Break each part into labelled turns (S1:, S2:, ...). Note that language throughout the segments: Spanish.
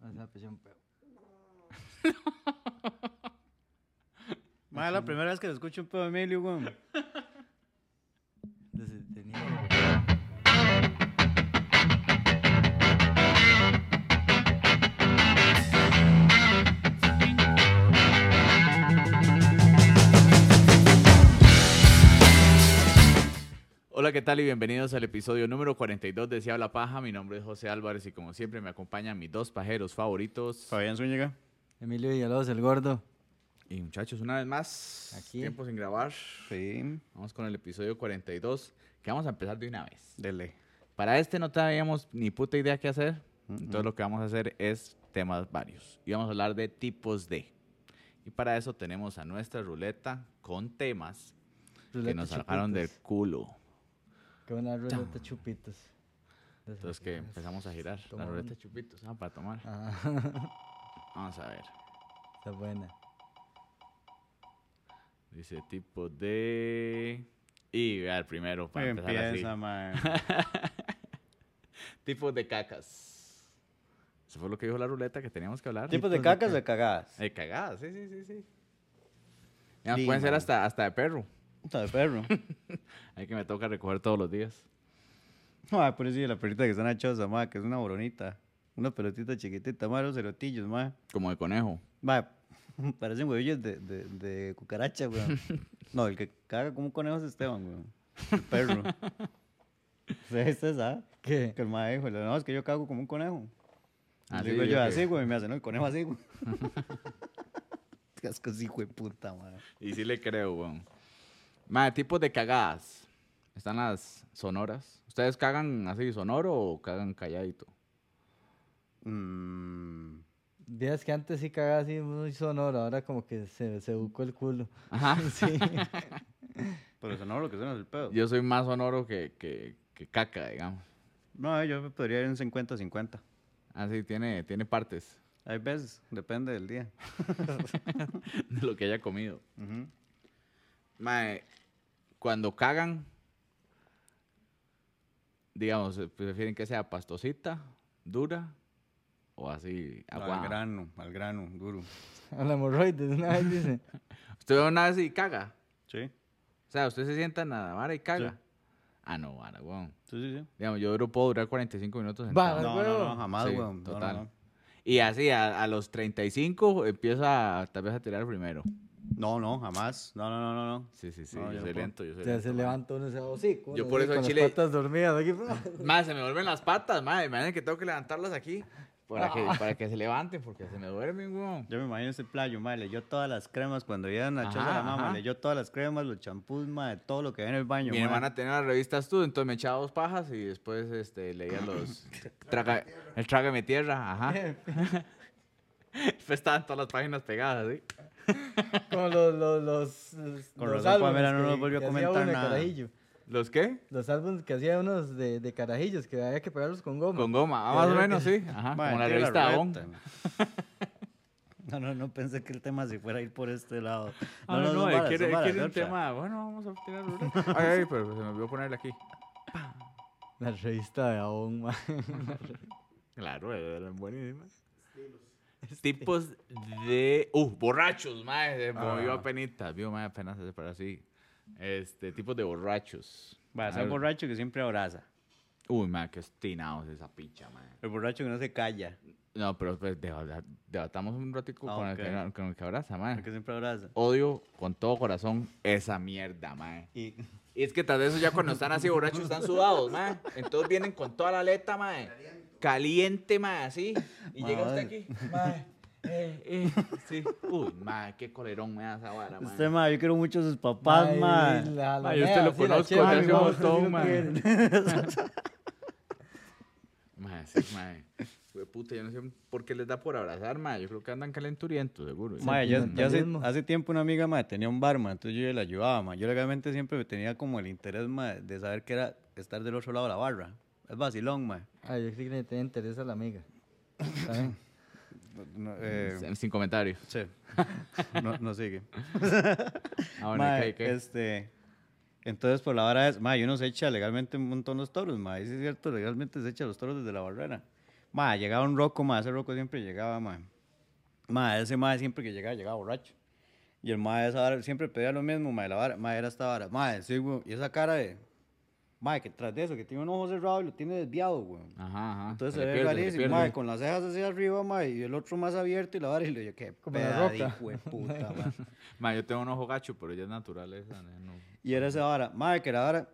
S1: Vas a pechar un pedo.
S2: Madre, la primera vez que le escucho un pedo a Emilio, weón.
S1: Entonces tenía.
S3: Hola, ¿qué tal? Y bienvenidos al episodio número 42 de Si Habla Paja. Mi nombre es José Álvarez y como siempre me acompañan mis dos pajeros favoritos.
S2: Fabián Zúñiga.
S1: Emilio Villalobos, el gordo.
S3: Y muchachos, una vez más,
S1: Aquí.
S3: tiempo sin grabar.
S2: Sí.
S3: Vamos con el episodio 42, que vamos a empezar de una vez.
S2: Dele.
S3: Para este no teníamos ni puta idea qué hacer, entonces lo que vamos a hacer es temas varios. Y vamos a hablar de tipos de. Y para eso tenemos a nuestra ruleta con temas que
S1: Ruleta
S3: nos sacaron del
S1: chupitos.
S3: culo.
S1: Con una ruleta chupitos.
S3: Entonces que empezamos a girar la
S1: Tomando.
S3: ruleta de chupitos, ah, para tomar.
S1: Ajá,
S3: Vamos a ver.
S1: Ah, está buena.
S3: Dice tipo de. Y vea el primero para empezar
S2: Empieza,
S3: así.
S2: mae.
S3: Tipos de cacas. Eso fue lo que dijo la ruleta que teníamos que hablar.
S2: ¿Tipos de cacas o de cagadas?
S3: De cagadas, sí, sí, sí, sí. Ya,
S2: Sí,
S3: pueden ser
S2: man.
S3: hasta, hasta de perro.
S2: Puta de perro.
S3: Hay que me toca recoger todos los días.
S2: Mae, por eso la perrita que está en la choza, mae, que es una boronita. Una pelotita chiquitita, mae, los cerotillos, mae.
S3: Como de conejo.
S2: Mae, parecen huevillos de, de, de cucaracha, weón. No, el que caga como un conejo es Esteban, weón. El perro. ¿Ustedes ustedes saben?
S1: ¿Qué?
S2: ah. Que el mae dijo, no, es que yo cago como un conejo. Y
S3: Ah,
S2: le
S3: sí,
S2: digo
S3: yo
S2: yo
S3: que-
S2: así, güey, y me hacen el conejo así, güey. Qué asco, sí, güey, puta, madre.
S3: Y sí le creo, weón. Más tipos de cagadas. Están las sonoras. ¿Ustedes cagan así sonoro o cagan calladito?
S2: Mm,
S1: Días que antes sí cagaba así muy sonoro, ahora como que se, se bucó el culo.
S3: Ajá.
S1: Sí.
S2: pero eso no lo que suena es el pedo.
S3: Yo soy más sonoro que, que, que caca, digamos.
S2: No, yo me podría ir en 50-50.
S3: Así tiene, tiene partes
S2: Hay veces, depende del día.
S3: de lo que haya comido.
S2: Ujú.
S3: Mae, cuando cagan, digamos, eh, prefieren que sea pastosita, dura o así
S2: Al
S3: agua.
S2: grano, al grano, duro.
S1: A la hemorroides, una vez dice.
S3: Usted una vez y caga.
S2: Sí,
S3: O sea, usted se sienta en la vara y caga. Ah, no, vara, weón.
S2: sí, sí. sí.
S3: Digamos, yo duro puedo durar 45 minutos
S1: Va.
S3: sentado.
S1: Ah,
S2: No, no, no,
S1: huevo.
S2: jamás,
S3: Sí,
S2: güey. No, no,
S3: total.
S2: no.
S3: Y así, a, a los 35 empieza tal vez a tirar primero.
S2: No, no, jamás. No, no, no, no, no.
S3: Sí, sí, sí.
S2: No,
S3: yo,
S2: yo no
S3: soy
S2: puedo.
S3: lento, yo soy
S1: Ya
S3: lento.
S1: se
S3: mae.
S1: levanta uno y se va hocico.
S3: Yo
S1: uno
S3: por
S1: así
S3: eso en
S1: con
S3: Chile-
S1: Las patas dormidas aquí.
S3: Más, se me vuelven las patas, madre. Imaginen que tengo que levantarlas aquí para, que, para que se levanten, porque se me duermen, weón.
S2: Yo me imagino ese playo, madre, leyó todas las cremas cuando llegan a la choza de
S3: Ajá,
S2: la mamá,
S3: ajá.
S2: leyó todas las cremas, los champús, madre, todo lo que hay en el baño,
S3: Mi
S2: mae.
S3: hermana tenía las revistas tú, entonces me echaba dos pajas y después este, leía los. traga- el Trágame Tierra, ajá. Pues Estaban todas las páginas pegadas, ¿sí?
S1: Como los, los, los, los
S2: Con
S1: los
S2: razón,
S1: álbumes
S2: Pamela no
S1: que-
S2: nos volvió a
S1: que hacía
S2: comentar
S1: uno de
S2: nada.
S1: carajillo.
S3: ¿Los qué?
S1: Los álbumes que hacía unos de, de carajillos que había que pegarlos con goma.
S3: Con goma, ah, más o
S1: Pero-
S3: menos, sí. Ajá,
S2: Mae,
S3: como la
S2: tira
S3: revista Avon.
S2: ruleta. No, no, no pensé que el tema se fuera a ir por este lado.
S3: Ah, no, no, él
S2: vale,
S3: quiere, él
S2: vale,
S3: quiere un
S2: otra.
S3: tema. Bueno, vamos a tirar ruleta. Ay, ay, pero se me olvidó ponerle aquí.
S1: La revista de Avon, ma.
S3: Claro, eran buenísimas. Tipos de. Uh, borrachos, mae. Se movió
S2: Ah.
S3: apenitas. Vio, mae, apenas se separó así. Este, tipos de borrachos.
S2: Va a ser
S3: Ah,
S2: el borracho que siempre abraza.
S3: Uy, mae, qué estinados esa picha, mae.
S2: El borracho que no se calla.
S3: No, pero pues, deba- debatamos un ratito
S2: Ah,
S3: con,
S2: ok.
S3: el que, con el que abraza,
S2: El
S3: mae.
S2: que siempre abraza.
S3: Odio con todo corazón esa mierda, mae.
S2: Y
S3: Y es que tal vez eso ya cuando están así borrachos están sudados, mae. Entonces vienen con toda la aleta, mae. Caliente, mae, así. Y llega usted
S2: Mae.
S3: aquí, mae. eh, eh, sí. Uy, mae, qué colerón me da esa vara, mae.
S2: usted, ma, este yo quiero mucho a sus papás, ma.
S3: Ma, yo usted lo conozco desde hace un montón, ma. Mae, sí, mae. Hue puta, yo no sé por qué les da por abrazar, mae. Yo creo que andan calenturientos, seguro.
S2: Ma, yo, yo hace,
S1: Sentimentalismo.
S2: hace tiempo una amiga, ma, tenía un bar, ma, entonces yo la ayudaba, ma. Yo realmente siempre tenía como el interés, ma, de saber que era estar del otro lado de la barra. Es vacilón, ma.
S1: Ah, yo creo que te interesa la amiga. ¿Saben?
S2: No, eh,
S3: Sin- Sin comentarios.
S2: Sí. No, no sigue.
S3: Ah, bueno,
S2: Mae,
S3: ¿qué, qué?
S2: Este, entonces, por la vara es, mae, uno se echa legalmente un montón los toros, mae, sí es cierto, legalmente se echa los toros desde la barrera. Ma, llegaba un roco, ma, ese roco siempre llegaba, ma. Ma, ese ma siempre que llegaba, llegaba borracho. Y el ma de esa vara siempre pedía lo mismo, ma, de la vara, ma, era esta vara. Ma, sí, güey, y esa cara de... Ma, que tras de eso, que tiene un ojo cerrado y lo tiene desviado, güey.
S3: Ajá, ajá.
S2: Entonces
S3: le
S2: se ve
S3: pierde, le
S2: rarísimo,
S3: pierde.
S2: ma, con las cejas hacia arriba, ma, y el otro más abierto y la vara, y le digo, qué
S1: Como la
S2: peda de
S1: roca.
S2: hijo de puta, ma.
S3: Ma, yo tengo un ojo gacho, pero ya es natural esa. ne- No.
S2: Y era esa vara, ma, que la vara...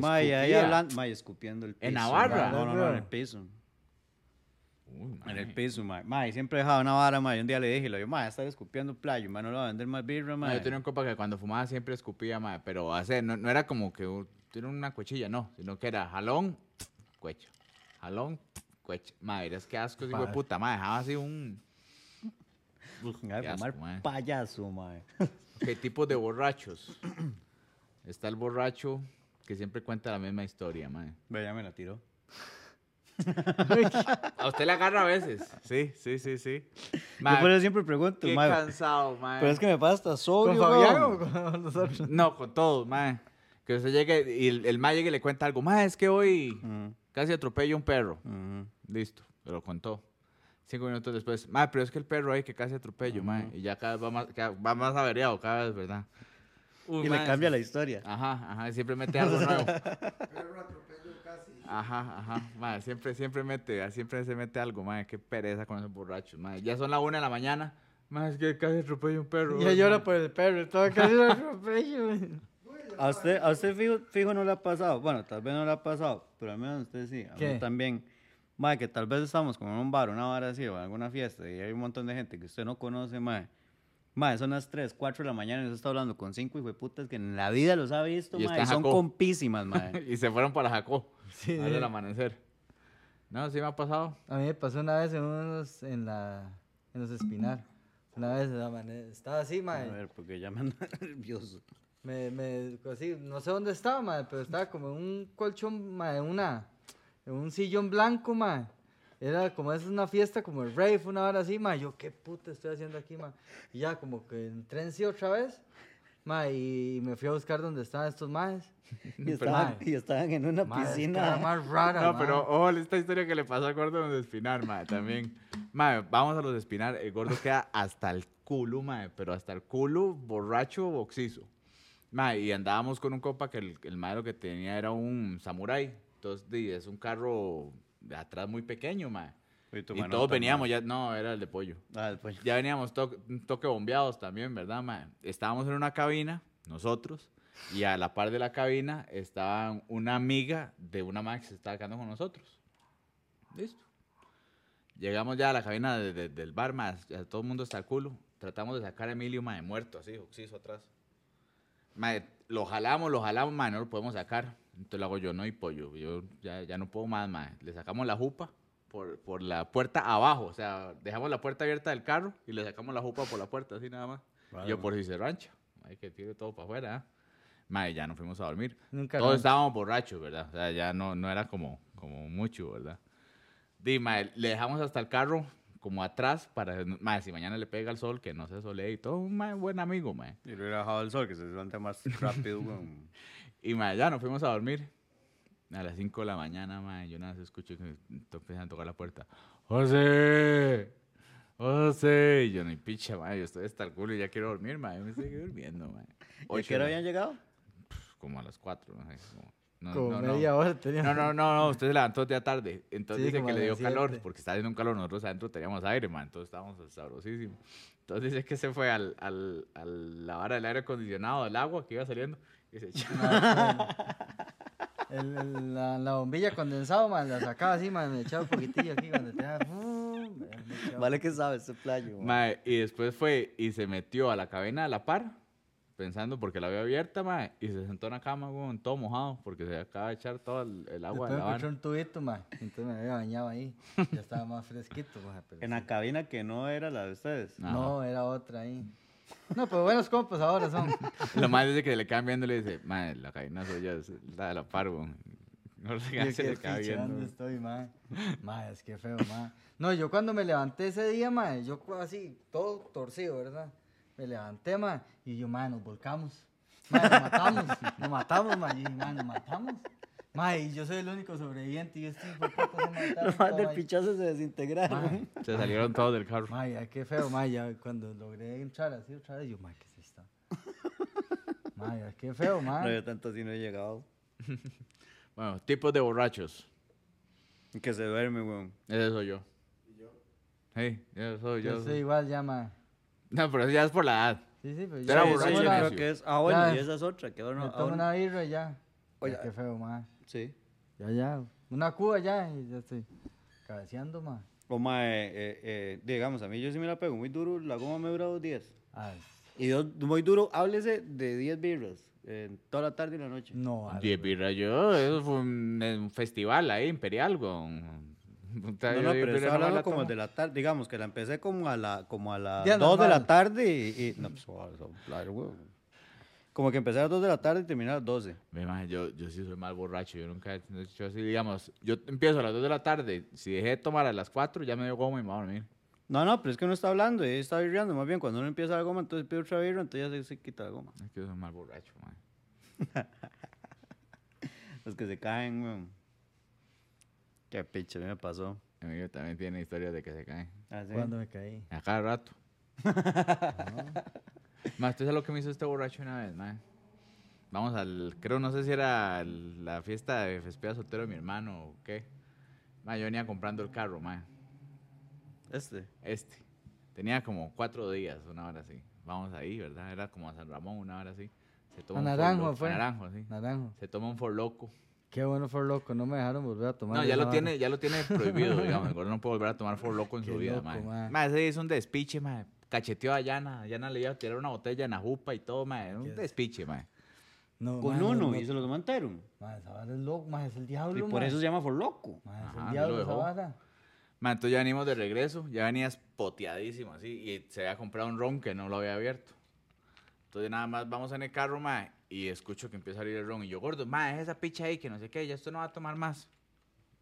S2: Ma, y ahí
S3: Escupía.
S2: hablando, ma, y escupiendo el piso.
S3: ¿En la
S2: ma.
S3: barra?
S2: No, no, no, en el piso.
S3: Uy, ma,
S2: En el piso, ma. Ma, y siempre dejaba una vara, ma. Y un día le dije, lo yo, ma, está escupiendo playo, ma, no le va a vender más birra, ma.
S3: ma, yo tenía un copa que cuando fumaba siempre escupía, ma, pero hace, no, no era como que uh, tiene una cuchilla, no, sino que era jalón, cuecho, jalón, cuecho. Ma, es que asco, hijo de
S1: Pa-
S3: puta, ma, dejaba así un... Uf,
S2: Me va a
S3: qué asco,
S2: fumar
S3: ma.
S2: payaso, ma.
S3: ¿Qué tipo de borrachos? Está el borracho que siempre cuenta la misma historia, ma.
S2: Ve, ya me la tiró.
S3: A usted la agarra a veces. Sí, sí, sí, sí.
S2: yo por eso siempre pregunto,
S3: qué
S2: ma.
S3: cansado, ma.
S2: Pero es que me pasa hasta
S1: ¿Con
S2: sobrio,
S1: Fabián o
S2: weón.
S1: con nosotros?
S3: No, con todos, mae. Que usted llegue y el, el mae llegue y le cuenta algo. Mae, es que hoy
S2: Mm,
S3: casi atropello a un perro.
S2: mm.
S3: Listo, se lo contó. Cinco minutos después, mae, pero es que el perro ahí que casi atropello, mae. Y ya cada vez va más, cada- va más averiado, cada vez, ¿verdad? Uy,
S2: Y
S3: mae,
S2: le cambia la historia.
S3: Ajá, ajá, siempre mete algo nuevo. Ajá, ajá, mae, siempre, siempre mete, siempre se mete algo, mae. Qué pereza con esos borrachos, mae. Ya son la una de la mañana. Mae, es que casi atropello a un perro.
S1: Ya
S3: hoy,
S1: llora
S3: mae.
S1: por el perro, todo casi lo atropello. güey.
S2: A usted, a usted fijo, fijo no le ha pasado. Bueno, tal vez no le ha pasado, pero al menos a usted sí. A
S1: ¿Qué?
S2: mí también. Ma, que tal vez estamos como en un bar, una vara así, o en alguna fiesta, y hay un montón de gente que usted no conoce, ma. Ma, son las 3, 4 de la mañana y usted está hablando con cinco hijueputas que en la vida los ha visto,
S3: Y
S2: ma,
S3: está
S2: y son
S3: Jacob.
S2: compísimas, ma.
S3: y se fueron para Jacó.
S1: Sí,
S3: al
S1: sí.
S3: amanecer. No, sí me ha pasado.
S1: A mí me pasó una vez en unos, en la, en los Espinar. Una vez amane- estaba así,
S2: A
S1: mae.
S2: ver, porque ya me anda nervioso.
S1: Me, me, así, no sé dónde estaba, mae, pero estaba como en un colchón, mae, una, en un sillón blanco, mae. Era como, es una fiesta como el rave, una hora así, mae. Yo, ¿qué puta estoy haciendo aquí, mae? Y ya como que entré en sí otra vez, mae, y me fui a buscar dónde estaban estos maes.
S2: Y estaban,
S1: mae.
S2: y estaban en una
S1: Mae, es que
S2: piscina.
S1: era más rara,
S3: No,
S1: mae.
S3: pero ojo, esta historia que le pasó a Gordo en los Espinar, mae, también. Mae, vamos a los Espinar. El Gordo queda hasta el culo, mae, pero hasta el culo, borracho, boxizo. Mae, y andábamos con un copa que el, el mae lo que tenía era un samurai. Entonces, di, es un carro de atrás muy pequeño, mae.
S2: Oye, tu
S3: Y
S2: mano
S3: todos
S2: está
S3: veníamos
S2: mal.
S3: ya, no, era el de pollo.
S2: Ah, el pollo.
S3: pues, Ya veníamos to- un toque bombeados también, ¿verdad, mae? Estábamos en una cabina, nosotros, y a la par de la cabina estaba una amiga de una madre que se estaba quedando con nosotros. Listo. Llegamos ya a la cabina de- de- del bar, mae, ya todo el mundo está al culo. Tratamos de sacar a Emilio, mae, muerto, así, oxiso atrás. Mae, lo jalamos, lo jalamos, mae, no lo podemos sacar. Entonces lo hago yo, no, y pollo, yo ya, ya no puedo más, mae. Le sacamos la jupa por, por la puerta abajo, o sea, dejamos la puerta abierta del carro y le sacamos la jupa por la puerta, así nada más.
S2: Vale,
S3: yo
S2: mae.
S3: por si se rancha, mae, que tire todo para afuera, ¿ah? Mae, ya nos fuimos a dormir.
S1: Nunca
S3: Todos
S1: lo-
S3: estábamos borrachos, ¿verdad? O sea, ya no, no era como, como mucho, ¿verdad? Dima, le dejamos hasta el carro como atrás para, mae, si mañana le pega el sol, que no se solee y todo, mae, buen amigo, mae.
S2: Y lo hubiera bajado el sol, que se levanta más rápido, weón.
S3: Y mae, ya nos fuimos a dormir. A las 5 de la mañana, mae, yo nada más escucho que to- empiezan a tocar la puerta. ¡José! ¡José! Y yo, ni picha, mae, yo estoy hasta el culo y ya quiero dormir, mae. Yo me estoy durmiendo, mae.
S2: ¿Y a
S3: Ocho
S2: qué hora
S3: de la-
S2: habían llegado?
S3: Como a las 4, no sé. Como, no,
S1: Como
S3: no, no.
S1: media hora tenía.
S3: No, no, no, no, usted se levantó ya tarde. Entonces
S1: Sí,
S3: dice
S1: como
S3: que
S1: a
S3: le dio
S1: las
S3: calor,
S1: siete.
S3: porque está haciendo un calor. Nosotros adentro teníamos aire, man, entonces estábamos sabrosísimos. Entonces dice que se fue al, al, a la vara del aire acondicionado, del agua que iba saliendo. Y se echó.
S1: El- el- la, la bombilla condensada, man, la sacaba así, man, me echaba un poquitillo aquí cuando tenía... uh,
S2: Vale que sabes ese playo, weón.
S3: Mae, y después fue y se metió a la cabina de la par, pensando porque la había abierta, mae, y se sentó en la cama, weón, todo mojado, porque se acaba de echar todo el, el agua
S1: Después
S3: de la
S1: me encontré
S3: vara.
S1: un tubito, man, entonces me había bañado ahí, ya estaba más fresquito, man, pero
S2: En
S1: sí.
S2: la cabina que no era la de ustedes.
S3: Ajá.
S1: No, era otra ahí. No, pero buenos compas ahora son.
S3: Lo más dice que le quedan viendo y le dice, mae, la cabina soy yo, es la de la par, weón. No sé
S1: Yo
S3: qué se le
S1: qué
S3: queda
S1: ficha,
S3: viendo.
S1: ¿dónde
S3: weón.
S1: estoy, man? Man, es que feo, man. No, yo cuando me levanté ese día, man, yo cu- así, todo torcido, ¿verdad? Me levanté, man, y yo, man, nos volcamos. Man, nos matamos, nos matamos, man. Y, yo, man, nos matamos. Mae, y yo soy el único sobreviviente y este hijo de puta se mataron
S2: Los más
S1: toda
S2: del
S1: ahí.
S2: pichazo se desintegraron.
S3: Se salieron todos del carro.
S1: Mae, ay, qué feo, mae, ya cuando logré entrar así otra vez, yo, mae, ¿qué es esto? Mae, ay, qué feo,
S2: No,
S1: mae.
S2: yo tanto así no he llegado.
S3: Bueno, tipos de borrachos.
S2: Que se duerme, weón.
S3: Ese soy yo. Sí, yo soy yo.
S1: Yo soy igual ya, mae.
S3: No, pero eso ya es por la edad.
S1: Sí, sí, pero
S3: Usted
S1: yo-
S3: era
S1: yo
S2: Sí, sí,
S3: borracho,
S1: tomo
S2: yo
S1: la-
S2: creo
S3: necio.
S2: que es. Ah, bueno,
S1: Ya.
S2: y esa es otra. Que ahora,
S1: Me
S2: no-
S1: tomo
S2: ahora-
S1: una birra y ya.
S2: Oye,
S1: Ay, qué feo, mae.
S2: Sí.
S1: Ya, ya. Una cuba ya y ya estoy cabeceando, mae.
S2: O mae, eh, eh, digamos, a mí yo sí me la pego muy duro. La goma me dura dos días.
S1: Ay,
S2: Y dos, muy duro, háblese de 10 birras. en toda la tarde y la noche.
S1: no, ay,
S3: Diez birras yo. Eso fue un, un festival ahí, imperial, con.
S2: No, no, pero estoy hablando como de la tarde, digamos que la empecé como a la como a las
S1: Ya
S2: 2 de
S1: normal.
S2: la tarde y, y- no, pues, suave, suave, claro, güey. Como que empecé a las 2 de la tarde y terminé a las 12.
S3: Me imagino, yo, yo sí soy mal borracho, yo nunca he hecho así, digamos, yo empiezo a las 2 de la tarde, si dejé de tomar a las 4 ya me dio goma y me voy a dormir.
S2: No, no, pero es que uno está hablando y está birreando, más bien cuando uno empieza la goma, entonces pide otra birra, entonces ya se, se quita la goma.
S3: Es que yo soy mal borracho, man.
S2: Los que se caen, güey. Qué pinche, a mí me pasó.
S3: Mi amigo también tiene historias de que se caen,
S2: Así.
S1: cuando me caí.
S3: a cada rato. Más, esto es lo que me hizo este borracho una vez, man. Vamos al, creo, no sé si era al- la fiesta de despedida soltero de mi hermano o qué. Man, yo venía comprando el carro, man.
S2: Este.
S3: Este. Tenía como cuatro días, una hora así. Vamos ahí, ¿verdad? Era como a San Ramón, una hora así. Se
S1: A
S3: un Ford
S1: Naranjo
S3: Loco- a
S1: fue.
S3: Naranjo, así.
S1: Naranjo.
S3: Se toma un forloco.
S1: Qué bueno fue loco, no me dejaron volver a tomar.
S3: No, ya
S1: esa
S3: lo,
S1: vara.
S3: tiene, ya lo tiene prohibido, digamos. El gordo no puede volver a tomar forloco en
S1: Qué
S3: su vida,
S1: loco,
S3: mae.
S1: mae.
S3: Mae, ese es un despiche, mae. Cacheteó a Yana. Yana le iba a tirar una botella en la jupa y todo, mae. Era
S1: Qué
S3: Un
S1: es-
S3: despiche, mae.
S1: No,
S2: Con
S1: mae, no,
S2: uno
S1: no.
S2: y se los mandaron.
S1: Mae, esa vara es loco, mae, es el
S2: Y
S1: diablo,
S2: por
S1: mae.
S2: eso se llama For Loco.
S1: Mae, es
S3: Ajá,
S1: el
S3: ahí lo
S1: diablo esa
S3: dejó.
S1: vara.
S3: Mae, entonces ya venimos de regreso. Ya venías poteadísimo, así. Y se había comprado un ron que no lo había abierto. Entonces nada más vamos en el carro, mae. Y escucho que empieza a salir el ron. Y yo, gordo, mae, es esa picha ahí que no sé qué. Ya esto no va a tomar más.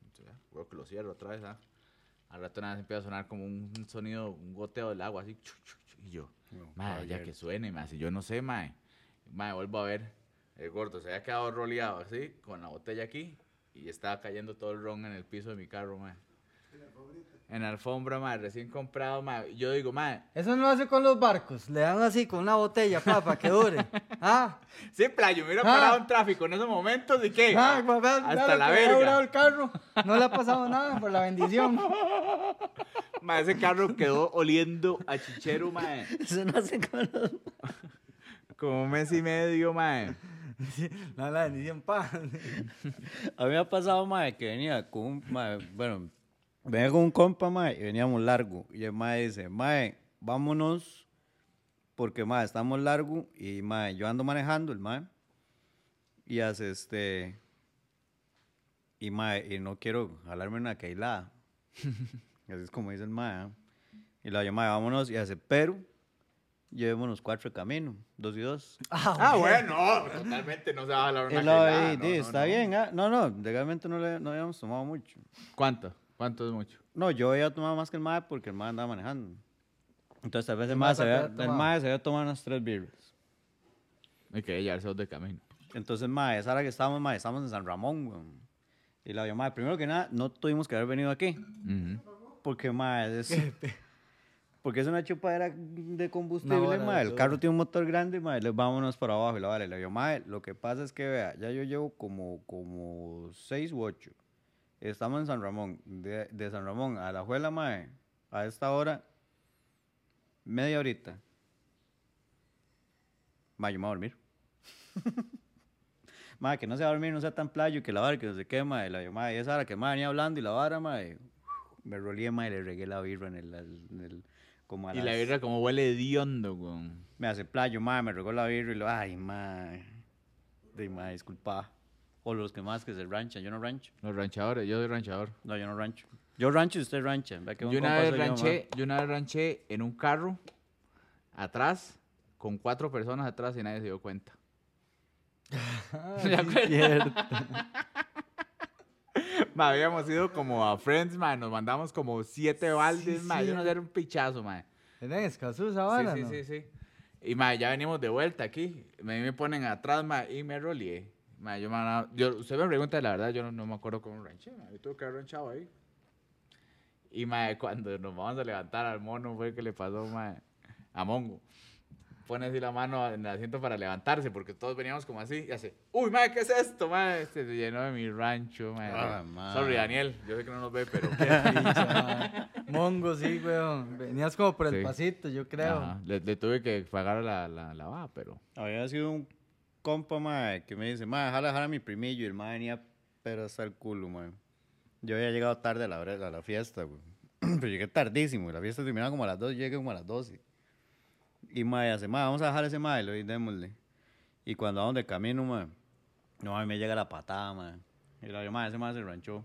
S3: Entonces, ya, creo que lo cierro otra vez, ¿ah? Al rato nada más empieza a sonar como un un sonido, un goteo del agua, así. chu, chu, chu, y yo... Mae, ya que suene, mae. Si yo no sé, mae. Mae, vuelvo a ver. El gordo se había quedado roleado así, con la botella aquí. Y estaba cayendo todo el ron en el piso de mi carro, mae. En la alfombra, mae. Recién comprado, mae. Yo digo, mae.
S1: Eso no hace con los barcos, le dan así con una botella, pa, para que dure. Ah,
S3: Sí, playo, me hubiera
S1: Ah.
S3: parado en tráfico en esos momentos. ¿Y qué?
S1: ah, papá,
S3: Hasta la
S1: que ha durado
S3: verga.
S1: el carro. No le ha pasado nada por la bendición.
S3: Mae, ese carro quedó oliendo a chichero, mae.
S2: Eso no hace con los-
S3: Como un mes y medio, mae.
S1: No, la bendición, pa.
S2: A mí me ha pasado, mae, que venía con un, mae, bueno, venía con un compa, mae, y veníamos largo. Y el mae dice, mae, vámonos, porque, mae, estamos largo, y, mae, yo ando manejando, el mae, y hace este, y, mae, y no quiero jalarme una cailada. Así es como dice el mae, ¿ah? Y la llamada, vámonos, y hace, pero, llevémonos cuatro de camino, dos y dos.
S3: Ah, bueno, totalmente no se va a hablar una
S2: Y la-
S3: gelada,
S2: y-
S3: no,
S2: di,
S3: no,
S2: está
S3: no.
S2: bien, ah, no, no, legalmente no, le, no habíamos tomado mucho.
S3: ¿Cuánto? ¿Cuánto es mucho?
S2: No, yo había tomado más que el mae porque el mae andaba manejando. Entonces, tal vez el
S1: mae
S2: mae se había,
S1: cuánto había
S2: el
S1: tomado?
S2: mae se había tomado unas tres birras.
S3: Hay que llevarse dos de camino.
S2: Entonces, mae, esa hora que estábamos, mae, estábamos en San Ramón, weón. Y la llamada, primero que nada, no tuvimos que haber venido aquí. Porque, mae, es, porque es una chupadera de combustible,
S1: Este. Una hora de
S2: mae. El
S1: todo.
S2: carro tiene un motor grande, mae. le- Vámonos para abajo y la vale. Le digo, mae, lo que pasa es que, vea, ya yo llevo como, como seis u ocho. Estamos en San Ramón. De, de San Ramón a la Juela, mae, a esta hora, media horita. Mae, yo me voy a dormir. Mae, que no se va a dormir, no sea tan playo, que la vara, que no se quema, y la yo, mae, y esa hora que mae venía hablando y la vara, mae, me roleé, mae, y le regué la birra en el, al- en el- como a
S3: Y la
S2: las-
S3: birra como huele hediondo, weón.
S2: me hace playo, mae, me regó la birra y lo, ay, mae, de mae, disculpa, o los que más que se ranchan, yo no rancho,
S3: Los ranchadores, yo soy ranchador.
S2: no, yo no rancho, yo rancho y usted rancha, vea que
S3: Yo
S2: buen
S3: una,
S2: compa
S3: vez
S2: soy yo, mae.
S3: ranché, yo una vez ranché en un carro, atrás, con cuatro personas atrás y nadie se dio cuenta.
S1: Ah,
S3: ¿Se acuerdan? Ma, habíamos ido como a Friends, ma, nos mandamos como siete baldes, ma, yo no
S1: sí.
S3: era un pichazo, ma.
S1: Era en Escazú esa vara,
S3: sí,
S1: ¿no?
S3: sí, sí, sí. Y ma, ya venimos de vuelta aquí. Me, me ponen atrás, ma, y me roleé. Mae, yo, me andaba- yo- usted me pregunta, la verdad, yo no, no me acuerdo cómo ranché, mae, yo tuve que haber ranchado ahí. Y mae, cuando nos vamos a levantar al mono, fue que le pasó mae, a Mongo. Pone así la mano en el asiento para levantarse, porque todos veníamos como así, y hace, uy, mae, ¿qué es esto? Mae, se llenó de mi rancho, mae.
S2: Ah, mae.
S3: Sorry, Daniel, yo sé que no nos ve, pero.
S1: Picha, ma. Mongo, sí, weón. Venías como por el
S3: Sí.
S1: pasito, yo creo.
S3: Ajá, le, le tuve que pagar la, la, la va, pero.
S2: Había sido un compa, mae, que me dice, mae, jala, jala a mi primillo. Y el mae venía, pero hasta el culo, mae. Yo había llegado tarde a la, bre- a la fiesta, güey. pero llegué tardísimo. Y la fiesta terminaba como a las 2, yo llegué como a las 12. Y mae hace, mae, vamos a dejar ese mae, lo y démosle. Y cuando vamos de camino, mae, no, a mí me llega la patada, mae. Y le digo, mae, ese mae se ranchó.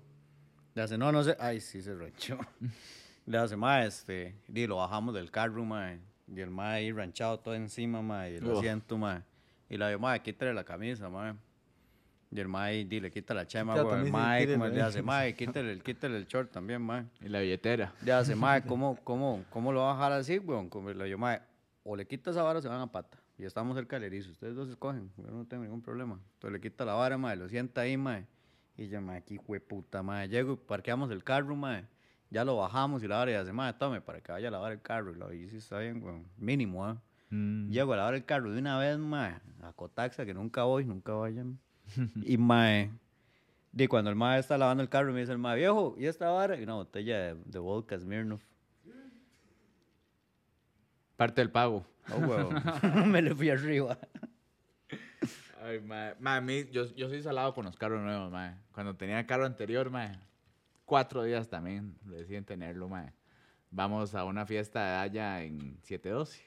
S2: Le hace, no, no sé. Ay, sí, se ranchó. Le hace, mae, este, y lo bajamos del carro, mae. Y el mae ahí ranchado todo encima, mae, y el
S3: Uf.
S2: asiento, mae. Y le digo, mae, quítale la camisa, mae. Y el mae ahí, di, le quita la chema,
S1: Quita la
S2: güey. El
S1: camisa y
S2: mae,
S1: tírela,
S2: como le
S1: eh.
S2: hace, mae, quítale, el- quítale el short también, mae.
S3: Y la billetera.
S2: Le hace, mae, ¿cómo, cómo, ¿cómo lo va a dejar así, weón? Como le digo, mae, o le quita esa vara o se van a pata. Y estamos cerca del erizo. Ustedes dos escogen. Yo no tengo ningún problema. Entonces le quita la vara, mae, lo sienta ahí, mae. Y yo, mae, aquí, puta, mae. Llego y parqueamos el carro, mae. Ya lo bajamos y la vara y hace, mae, tome, para que vaya a lavar el carro. Y lo sí está bien, weón. Mínimo, ah. Llego a lavar el carro de una vez, mae, a Cotaxa, que nunca voy, nunca vayan. y mae, de cuando el mae está lavando el carro, me dice el mae, viejo, ¿y esta vara? Y una botella de, de vodka Smirnoff.
S3: Parte del pago.
S2: Oh, huevo. me le fui arriba.
S3: Ay, mae. Mae, a mí- yo, yo soy salado con los carros nuevos, mae. Cuando tenía carro anterior, mae. Cuatro días también deciden tenerlo, mae. Vamos a una fiesta de allá en 712.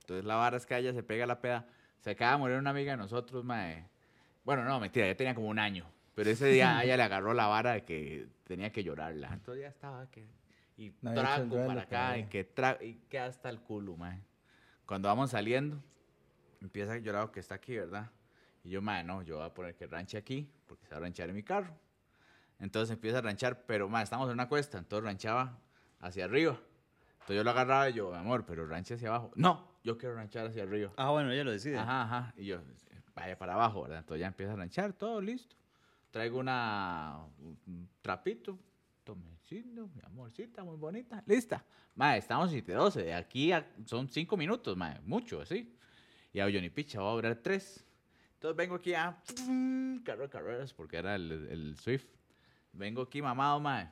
S3: Entonces la vara es que allá se pega la peda. Se acaba de morir una amiga de nosotros, mae. Bueno, no, mentira, ya tenía como un año. Pero ese día a ella le agarró la vara de que tenía que llorarla. Entonces ya estaba que... Y
S1: No había hecho el
S3: trago
S1: duelo
S3: para acá, y
S1: todavía.
S3: que, tra y que hasta el culo, mae. Cuando vamos saliendo, empieza yo llorar que está aquí, ¿verdad? Y yo, mae, no, yo voy a poner que ranche aquí, porque se va a ranchar en mi carro. Entonces empieza a ranchar, pero mae, estamos en una cuesta, entonces ranchaba hacia arriba. Entonces yo lo agarraba y yo, mi amor, pero ranche hacia abajo. No, yo quiero ranchar hacia arriba.
S2: Ah, bueno, ella lo decide.
S3: Ajá, ajá. Y yo, vaya para abajo, ¿verdad? Entonces ya empieza a ranchar, todo listo. Traigo una, un un trapito, tomecito, mi amorcita, muy bonita. Lista. Madre, estamos en 12. De aquí a- son 5 minutos, madre. Mucho, así. Y a ni Picha va a durar 3. Entonces vengo aquí a... Carro de carreras, porque era el, el Swift. Vengo aquí mamado, madre.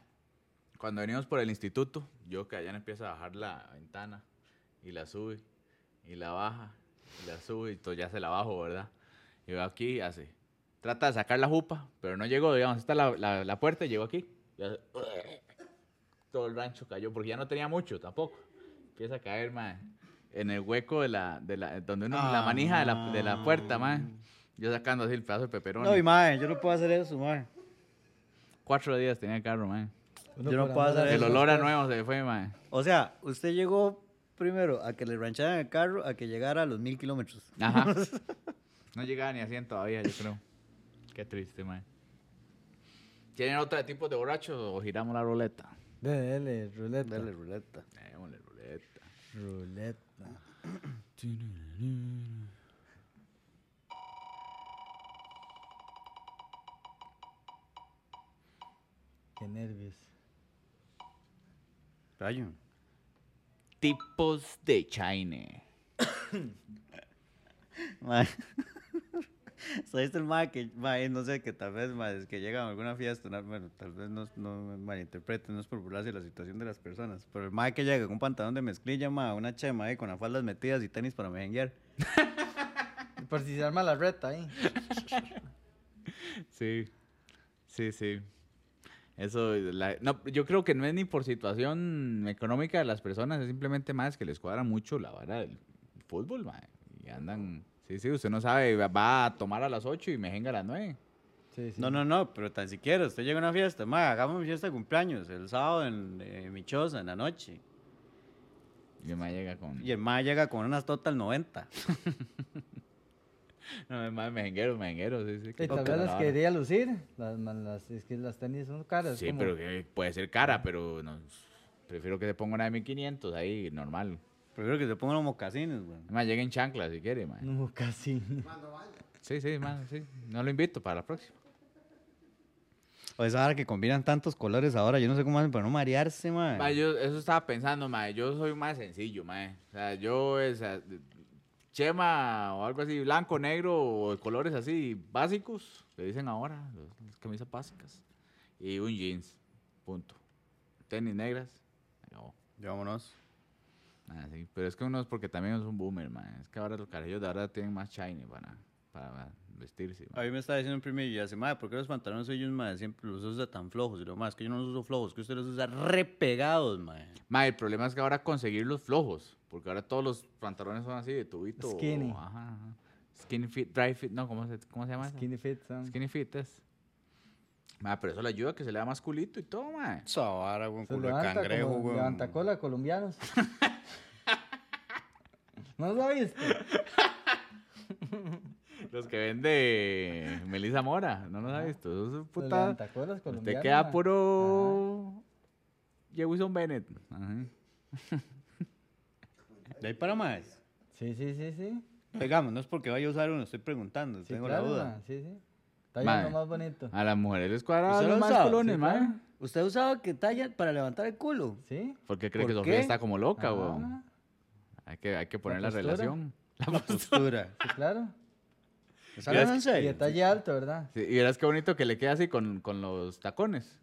S3: Cuando venimos por el instituto, yo que allá empieza a bajar la ventana y la sube y la baja y la sube y todo ya se la bajo, ¿verdad? Y veo aquí y hace, trata de sacar la jupa, pero no llegó, digamos, está la, la, la puerta y llegó aquí. Y hace, todo el rancho cayó porque ya no tenía mucho tampoco. Empieza a caer, mae, en el hueco de la, de la donde uno, la
S2: Ah,
S3: manija de la, de la puerta, mae. Yo sacando así el pedazo de peperón.
S2: No, y mae, yo no puedo hacer eso, mae.
S3: Cuatro días tenía el carro, mae.
S1: Uno
S2: Yo no
S1: por
S2: puedo
S1: andar
S2: hacer
S1: ahí.
S3: El olor a nuevo se fue, mae.
S2: O sea, usted llegó primero a que le rancharan el carro a que llegara a los mil kilómetros.
S3: Ajá. No llegaba ni a 100 todavía, yo creo. Qué triste, man. ¿Tienen otro tipo de borrachos o giramos la ruleta?
S1: Dele, dele, ruleta.
S2: Dale ruleta.
S3: Démosle ruleta.
S1: Ruleta. Qué nervios.
S2: Rayo.
S3: Tipos de China.
S2: Mae. ¿Sabes el mae que, mae, no sé, que tal vez, mae, es que llegan a alguna fiesta, no, bueno, tal vez no, no me malinterpreten, no es por burlarse de la situación de las personas, pero el mae que llega con un pantalón de mezclilla, mae, una chema ahí con las faldas metidas y tenis para merenguear.
S1: Y Por si se arma la reta ahí.
S3: Sí. Sí, sí. Eso, la- no, yo creo que no es ni por situación económica de las personas, es simplemente más que les cuadra mucho la vara del fútbol, man. Y andan. Sí, sí, usted no sabe, va- va a tomar a las 8 y me jenga a las 9.
S1: Sí, sí.
S2: No, no, no, pero tan siquiera, usted llega a una fiesta, mae, hagamos una fiesta de cumpleaños, el sábado en eh, mi choza, en la noche,
S3: Y mi mamá llega con.
S2: y el mae llega con unas total 90.
S3: No, es más mejengueros, mejengueros, sí, sí.
S1: Y tal vez las quería lucir. Las, ma- las, es que las tenis son caras.
S3: Sí,
S1: como-
S3: pero que puede ser cara, pero no, prefiero que se ponga una de 1500 ahí, normal.
S2: Prefiero que se pongan los mocasines, güey.
S3: Además, lleguen chanclas si quiere, man.
S1: No, casi.
S3: Sí, sí, man, sí. No lo invito para la próxima.
S2: O esa ahora que combinan tantos colores ahora, yo no sé cómo hacen para no marearse, mae.
S3: Ma, yo eso estaba pensando, mae. Yo soy más sencillo, mae. O sea, yo, o sea, chema o algo así, blanco, negro o colores así básicos, le dicen ahora, los- las camisas básicas. Y un jeans, punto. Tenis negras, acabó.
S2: Ya vámonos.
S3: Ah, sí, Pero es que uno es porque también es un boomer, mae. Es que ahora los carajillos de ahora tienen más shiny para, para vestirse, ma.
S2: A mí me está diciendo un primo y hace, madre, ¿por qué los pantalones suyos, madre, siempre los usa tan flojos? Y lo más, que yo no los uso flojos, que usted los usa repegados, madre.
S3: Ma, el problema es que ahora conseguir los flojos, porque ahora todos los pantalones son así de tubito. o-
S1: Skinny.
S3: ajá, ajá. Skinny fit, dry fit, no, ¿cómo se, cómo se llama eso?
S1: Skinny fit, son.
S3: Skinny fit es. Ma, pero eso le ayuda que se le da más culito y todo, ma.
S2: Esa vara, güey,
S1: Se
S2: culo de
S1: levanta
S2: cangrejo,
S1: como
S2: güey.
S1: levanta cola colombianos. ¿No lo viste?
S3: Los que vende Melissa Mora, no los ha visto. Eso es
S1: Los
S3: puta.
S1: levantacolas colombianos.
S3: Usted queda
S1: ma.
S3: puro. Jefferson Bennett. Ajá.
S2: De ahí para más.
S1: Sí, sí, sí, sí.
S2: Digamos, no es porque vaya a usar uno, estoy preguntando,
S1: Sí,
S2: tengo
S1: claro,
S2: la duda.
S1: ma, Sí, sí. Está
S3: Ma. Ah.
S1: yendo más bonito.
S3: A las mujeres les
S1: Ah,
S3: cuadra
S2: ¿Usted
S3: los
S2: lo
S3: más
S2: usaba?
S3: colones,
S2: Sí,
S3: ma.
S2: claro. Usted usaba que talla para levantar el culo.
S1: ¿Sí? Ah,
S3: ¿Por qué cree
S2: ¿Por
S3: que Sofía
S2: qué?
S3: está como loca, weón?
S1: Ajá,
S3: Hay que, hay que poner la,
S1: postura.
S3: relación.
S2: La postura.
S1: Sí, claro.
S2: ¿Estás hablando en
S1: Y
S2: serio?
S1: detalle alto, ¿verdad?
S3: Sí, y verás qué bonito que le queda así con, con los tacones.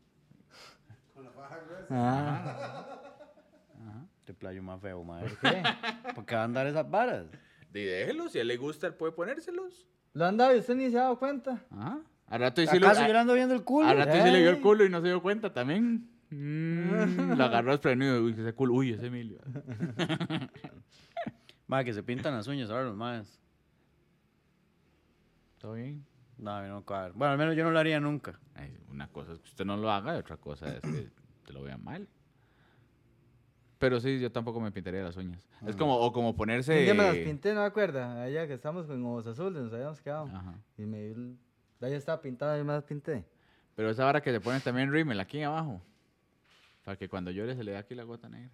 S1: Ah,
S2: Te Este playo más feo, madre.
S1: ¿qué?
S2: Porque va a andar esas varas.
S3: Y déjelos, si a él le gusta, él puede ponérselos.
S1: ¿Lo han dado y usted ni se ha dado cuenta?
S3: Ajá. Ah, Al rato y sí lo-
S2: ¿Acaso
S3: a-
S2: yo le ando viendo el culo? Eh.
S3: Al rato sí le vio el
S1: Ey.
S3: culo y no se dio cuenta también. Mm, lo agarró desprevenido. Uy, ese culo. Uy, ese Emilio.
S2: Madre, que se pintan las uñas ahora los madres.
S3: ¿Todo bien?
S2: No, a mí no me cuadra. Bueno, al menos yo no lo haría nunca.
S3: Ay, una cosa es que usted no lo haga y otra cosa es que te lo vean mal. Pero sí, yo tampoco me pintaría las uñas. Es como, o como
S1: Un
S3: ponerse...
S1: día me las pinté, no me acuerdo. Allá que estamos con ojos azules, nos habíamos quedado.
S3: Ajá.
S1: Y me vi. el- Ya yo estaba pintado y me las pinté.
S3: Pero esa vara que le ponen también rímel aquí abajo. Para que cuando llore se le dé aquí la gota negra.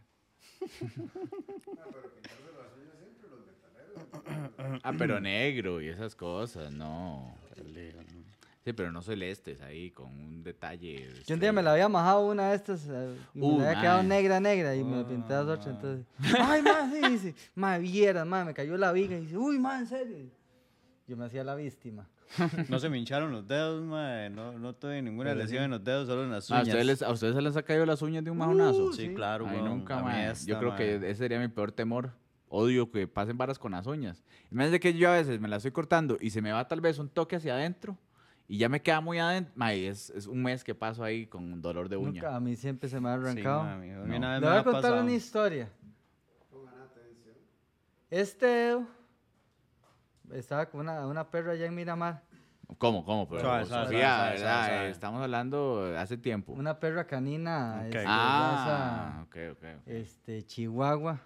S3: ah, pero negro y esas cosas, no. Sí, pero no celestes ahí, con un detalle.
S1: Yo un día me la había majado una de estas eh, y me
S3: Uh,
S1: la había quedado
S3: mae.
S1: negra, negra y me la pinté las otras. Entonces, ay, ma, sí, dice, ma, viera, ma, me cayó la viga y dice, uy, ma, en serio. Yo me hacía la víctima.
S2: No se me hincharon los dedos, madre. No, no tuve ninguna lesión en los dedos, solo en las
S3: Ah, ¿A
S2: uñas.
S3: ustedes, les, ¿A ustedes se les ha caído las uñas de un majonazo?
S1: Uh,
S2: Sí, claro,
S3: Ay,
S2: weón,
S3: nunca,
S2: a mí
S3: mae.
S2: esta,
S3: Yo creo que
S2: mae.
S3: ese sería mi peor temor. Odio que pasen varas con las uñas. Imagínate que yo a veces me las estoy cortando y se me va tal vez un toque hacia adentro y ya me queda muy adentro. Mae, es, es un mes que paso ahí con dolor de uña.
S1: Nunca, a mí siempre se me ha
S2: Sí,
S1: arrancado.
S2: mami. A mí
S3: No.
S1: Le
S2: una vez me
S1: voy a
S2: ha
S1: contar
S2: pasado.
S1: una historia. Este dedo estaba con una, una perra allá en Miramar.
S3: ¿Cómo, cómo? Pero,
S2: Suave, suave,
S3: Sofía,
S2: suave, suave,
S3: ¿verdad?
S2: suave, suave.
S3: estamos hablando de hace tiempo.
S1: Una perra canina.
S2: Ok.
S1: este,
S3: ah,
S1: raza,
S3: ok, ok. ok.
S1: este, Chihuahua.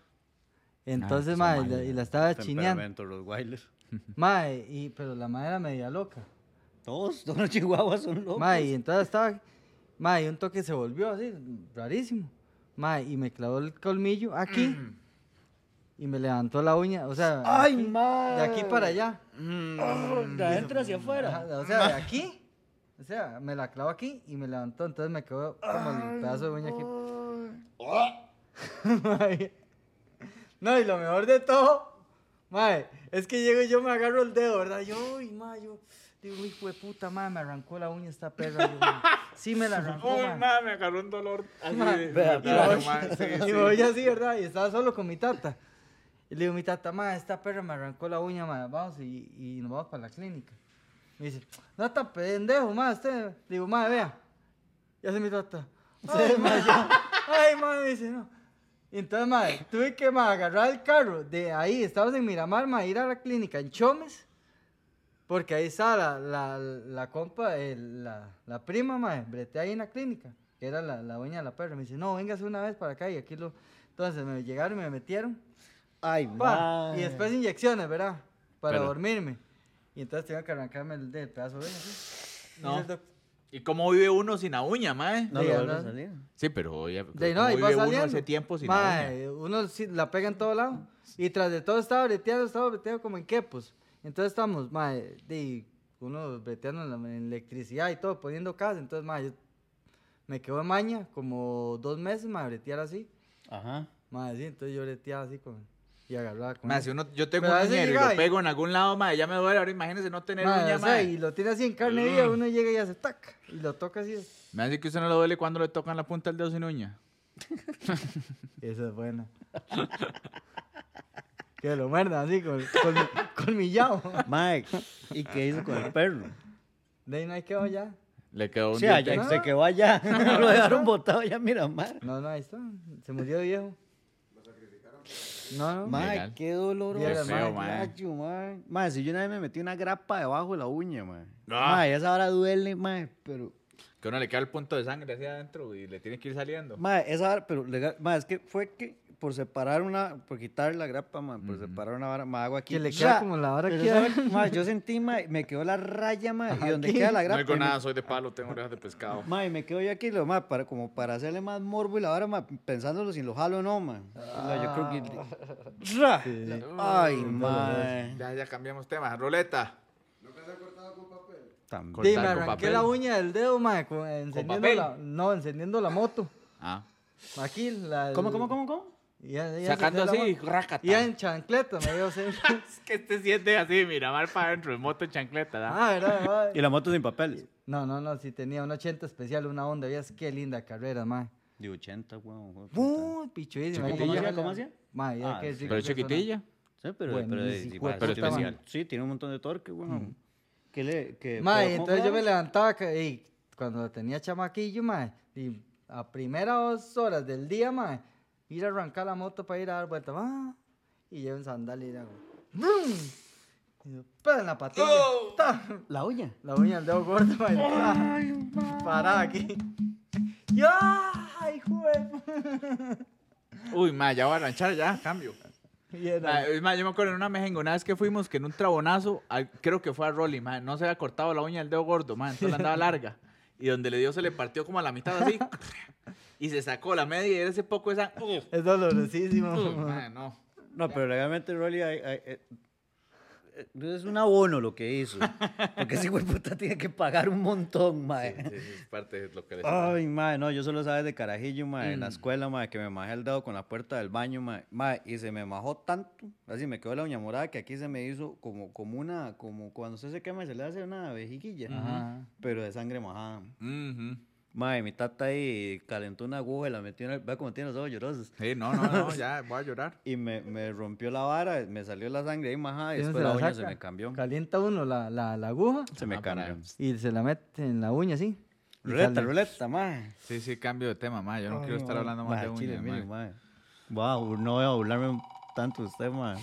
S1: Entonces,
S3: son
S1: ma, y
S3: malos,
S1: la- y la estaba chineando.
S2: Temperamento, los Wailers.
S1: Mae, y, pero la madre era media loca.
S2: Todos, todos los chihuahuas son locos.
S1: Mae, y entonces estaba. Mae, y un toque se volvió así, rarísimo. Mae, y me clavó el colmillo aquí. y me levantó la uña, o sea.
S2: ¡Ay,
S1: aquí,
S2: mae!
S1: De aquí para allá.
S2: Ah, de adentro hacia afuera.
S1: Ajá, o sea, de aquí. O sea, me la clavó aquí y me levantó. Entonces me quedó como el pedazo de uña aquí. Mae. No, y lo mejor de todo, mae, es que llego y yo me agarro el dedo, ¿verdad? Yo, uy, mae, yo digo, hijo de puta, mae, me arrancó la uña esta perra. Yo, mae, sí, me la arrancó,
S3: Uy,
S1: mae.
S3: mae, me agarró un dolor. Así de,
S2: vea,
S1: Y
S3: de-
S1: voy,
S3: mae, sí,
S1: y
S3: sí.
S1: voy así, ¿verdad? Y estaba solo con mi tata. Y le digo, mi tata, ma, esta perra me arrancó la uña, ma, vamos y, y nos vamos para la clínica. Me dice, no tan pendejo, ma, usted. Le digo, ma, vea. Y hace mi tata. Se desmayó. Ay, ma, me dice, no. Y entonces, ma, tuve que, ma, agarrar el carro de ahí, estábamos en Miramar, ma, ir a la clínica en Chomes. Porque ahí estaba la, la, la compa, el- la, la prima, mae, breté ahí en la clínica, que era la, la dueña de la perra. Me dice, no, véngase una vez para acá y aquí lo... Entonces me llegaron y me metieron.
S2: Ay,
S1: pa,
S2: mae.
S1: y después inyecciones, ¿verdad? Para
S3: Pero-
S1: dormirme. Y entonces tengo que arrancarme el, del pedazo de uña, ¿sí?
S3: No.
S1: Y el doc-
S3: ¿Y cómo vive uno sin la uña, mae?
S2: No
S1: Sí,
S2: le
S1: ya
S2: vuelve
S1: no-
S2: a salir.
S3: Sí, pero ya,
S1: De ahí
S3: ¿cómo
S1: no, y
S3: vive
S1: va
S3: uno
S1: saliendo.
S3: ese tiempo sin la uña?
S1: Mae, uno sí la pega en todo lado. Y tras de todo estaba breteando, estaba breteando como en quepos. Entonces estamos, mae, de, uno breteando en la en electricidad y todo, poniendo casa. Entonces, mae, yo me quedo en maña como dos meses, mae, bretear así.
S2: Ajá.
S1: Mae, sí, entonces yo breteaba así con, y agarraba con.
S3: Mae,
S1: él.
S3: si uno, yo tengo
S1: Pero a
S3: un
S1: veces
S3: uñero y
S1: llega
S3: lo
S1: y-
S3: pego en algún lado, mae, ya me duele. Ahora imagínese no tener
S1: Mae,
S3: uña,
S1: o sea,
S3: mae.
S1: y lo tiene así en carne viva, uno llega y hace tac, y lo toca así.
S3: Me hace que usted no le duele cuando le tocan la punta del dedo sin uña.
S1: Esa es buena. que lo muerda así con, con, colmillado.
S2: Mike, ¿y qué hizo con el perro?
S1: De ahí no hay que ya.
S3: Le quedó un
S2: Sí,
S3: diente.
S2: allá,
S1: no.
S2: se quedó allá. Lo dejaron botado allá, mira, Mike.
S1: No, no, ahí está. Se murió de viejo. No, no.
S2: Mae,
S3: Legal.
S2: qué doloroso.
S1: Qué feo,
S3: mae.
S2: gacho, mae. Mae, si yo una vez me metí una grapa debajo de la uña, mae.
S3: Ah.
S2: Mae, esa hora duele, mae, pero...
S3: Que uno le queda el punto de sangre hacia adentro y le tiene que ir saliendo.
S2: Mae, esa vara, pero legal, mae, es que fue que por separar una, por quitar la grapa, mae, por separar una vara, mae, hago aquí.
S1: Que le
S2: ¡ra!
S1: queda como la vara
S2: Pero
S1: aquí
S2: esa
S1: adentro.
S2: mae, yo sentí, mae, me quedó la raya, mae, y donde
S1: Aquí.
S2: queda la
S3: No
S2: grapa.
S3: digo
S2: y me-
S3: nada, soy de palo, tengo orejas de pescado.
S2: Mae, me quedo yo aquí, lo, mae, para, como para hacerle más morbo y la vara, mae, pensándolo sin lo jalo o no, mae. La- yo creo que... ¡Ra!
S1: Ah.
S2: Ay, mae.
S3: Ya, ya cambiamos tema. Roleta.
S2: También.
S1: Sí, me
S3: cortar con
S1: arranqué
S3: papel.
S1: la uña del dedo, mae, con- encendiendo
S3: papel?
S1: la, no, encendiendo la moto.
S3: Ah.
S1: Aquí, la...
S2: ¿Cómo, cómo, cómo, cómo?
S1: y ya- ya
S3: Sacando
S1: encendió la
S3: así,
S1: moto.
S3: rácata.
S1: Y ya en chancleta me dio así.
S3: Es que este siente así, mira, mal para adentro, el moto en chancleta, ¿da?
S1: Ah, verdad, mae.
S2: Y la moto sin papeles.
S1: No, no, no, sí tenía un 80 especial, una onda. Veas qué linda carrera, mae.
S2: De 80, weón.
S1: ¡Uh! Pichuísima.
S2: ¿Chiquitilla?
S1: Ahí,
S2: ¿Cómo hacía?
S1: Mae, ya
S2: Ah,
S1: que
S2: sí.
S1: rico
S3: Pero
S1: que suena.
S3: chiquitilla.
S2: Sí, pero, pero,
S1: Buenísimo,
S2: es igual,
S1: hijo de
S2: tiene un-
S3: especial.
S2: Sí, tiene un montón de torque, weón. ¿Qué le...? Qué,
S1: Mae,
S2: Eh, pero ¿cómo
S1: entonces yo me
S2: era?
S1: levantaba ca- y cuando la tenía chamaquillo, mae, y a primeras dos horas del día, mae, ir a arrancar la moto para ir a dar vuelta, ah, y llevo en sandalia y hago ¡brum! Y yo, ¡pa! en la patilla, ¡ta!
S2: La uña.
S1: la uña del dedo gordo, mae, ¡ta! parada aquí. ¡Ya! ¡Ay, jue-
S3: Uy, ma, ya voy a ranchar, ya, cambio.
S1: Y era-
S3: Ma, es más, yo me acuerdo en una mejengonada vez que fuimos, que en un trabonazo, al- creo que fue a Rolly, ma, no se había cortado la uña del dedo gordo, ma, entonces la andaba larga. Y donde le dio se le partió como a la mitad así. y se sacó la media y era ese poco esa... Uf,
S1: Es dolorosísimo.
S3: uf,
S1: mae.
S3: ma, no.
S2: No, pero legalmente Rolly hay- hay- eh, eh, es un abono lo que hizo. Porque ese güey puta tiene que pagar un montón, mae.
S3: es parte de lo que les...
S2: Ay, mae, no, yo solo sabes de carajillo, mae, en la escuela, mae, que me majé el dedo con la puerta del baño, mae, mae, y se me majó tanto, así me quedó la uña morada que aquí se me hizo como, como una, como cuando usted se quema y se le hace una vejiguilla, pero de sangre majada.
S3: Ujú.
S2: Mae, mi tata ahí calentó una aguja y la metió en el, vea como tiene los ojos llorosos,
S3: Sí, no, no, no, ya voy a llorar.
S2: y me, me rompió la vara, me salió la sangre ahí majada y
S1: Uno
S2: después la, uña se
S1: saca,
S2: me cambió,
S1: Calienta uno la, la, la aguja
S2: se me
S3: Ah, para-
S2: cambió.
S1: y se la mete en la uña así. y
S2: Ruleta,
S1: sale.
S2: ruleta, mae.
S3: Sí, sí, cambio de tema, ma, yo no quiero estar hablando más de
S2: Mae, Mm, chile,
S3: uñas,
S2: mire,
S3: ma.
S2: mae. Wow, no voy a burlarme tanto de usted, mae.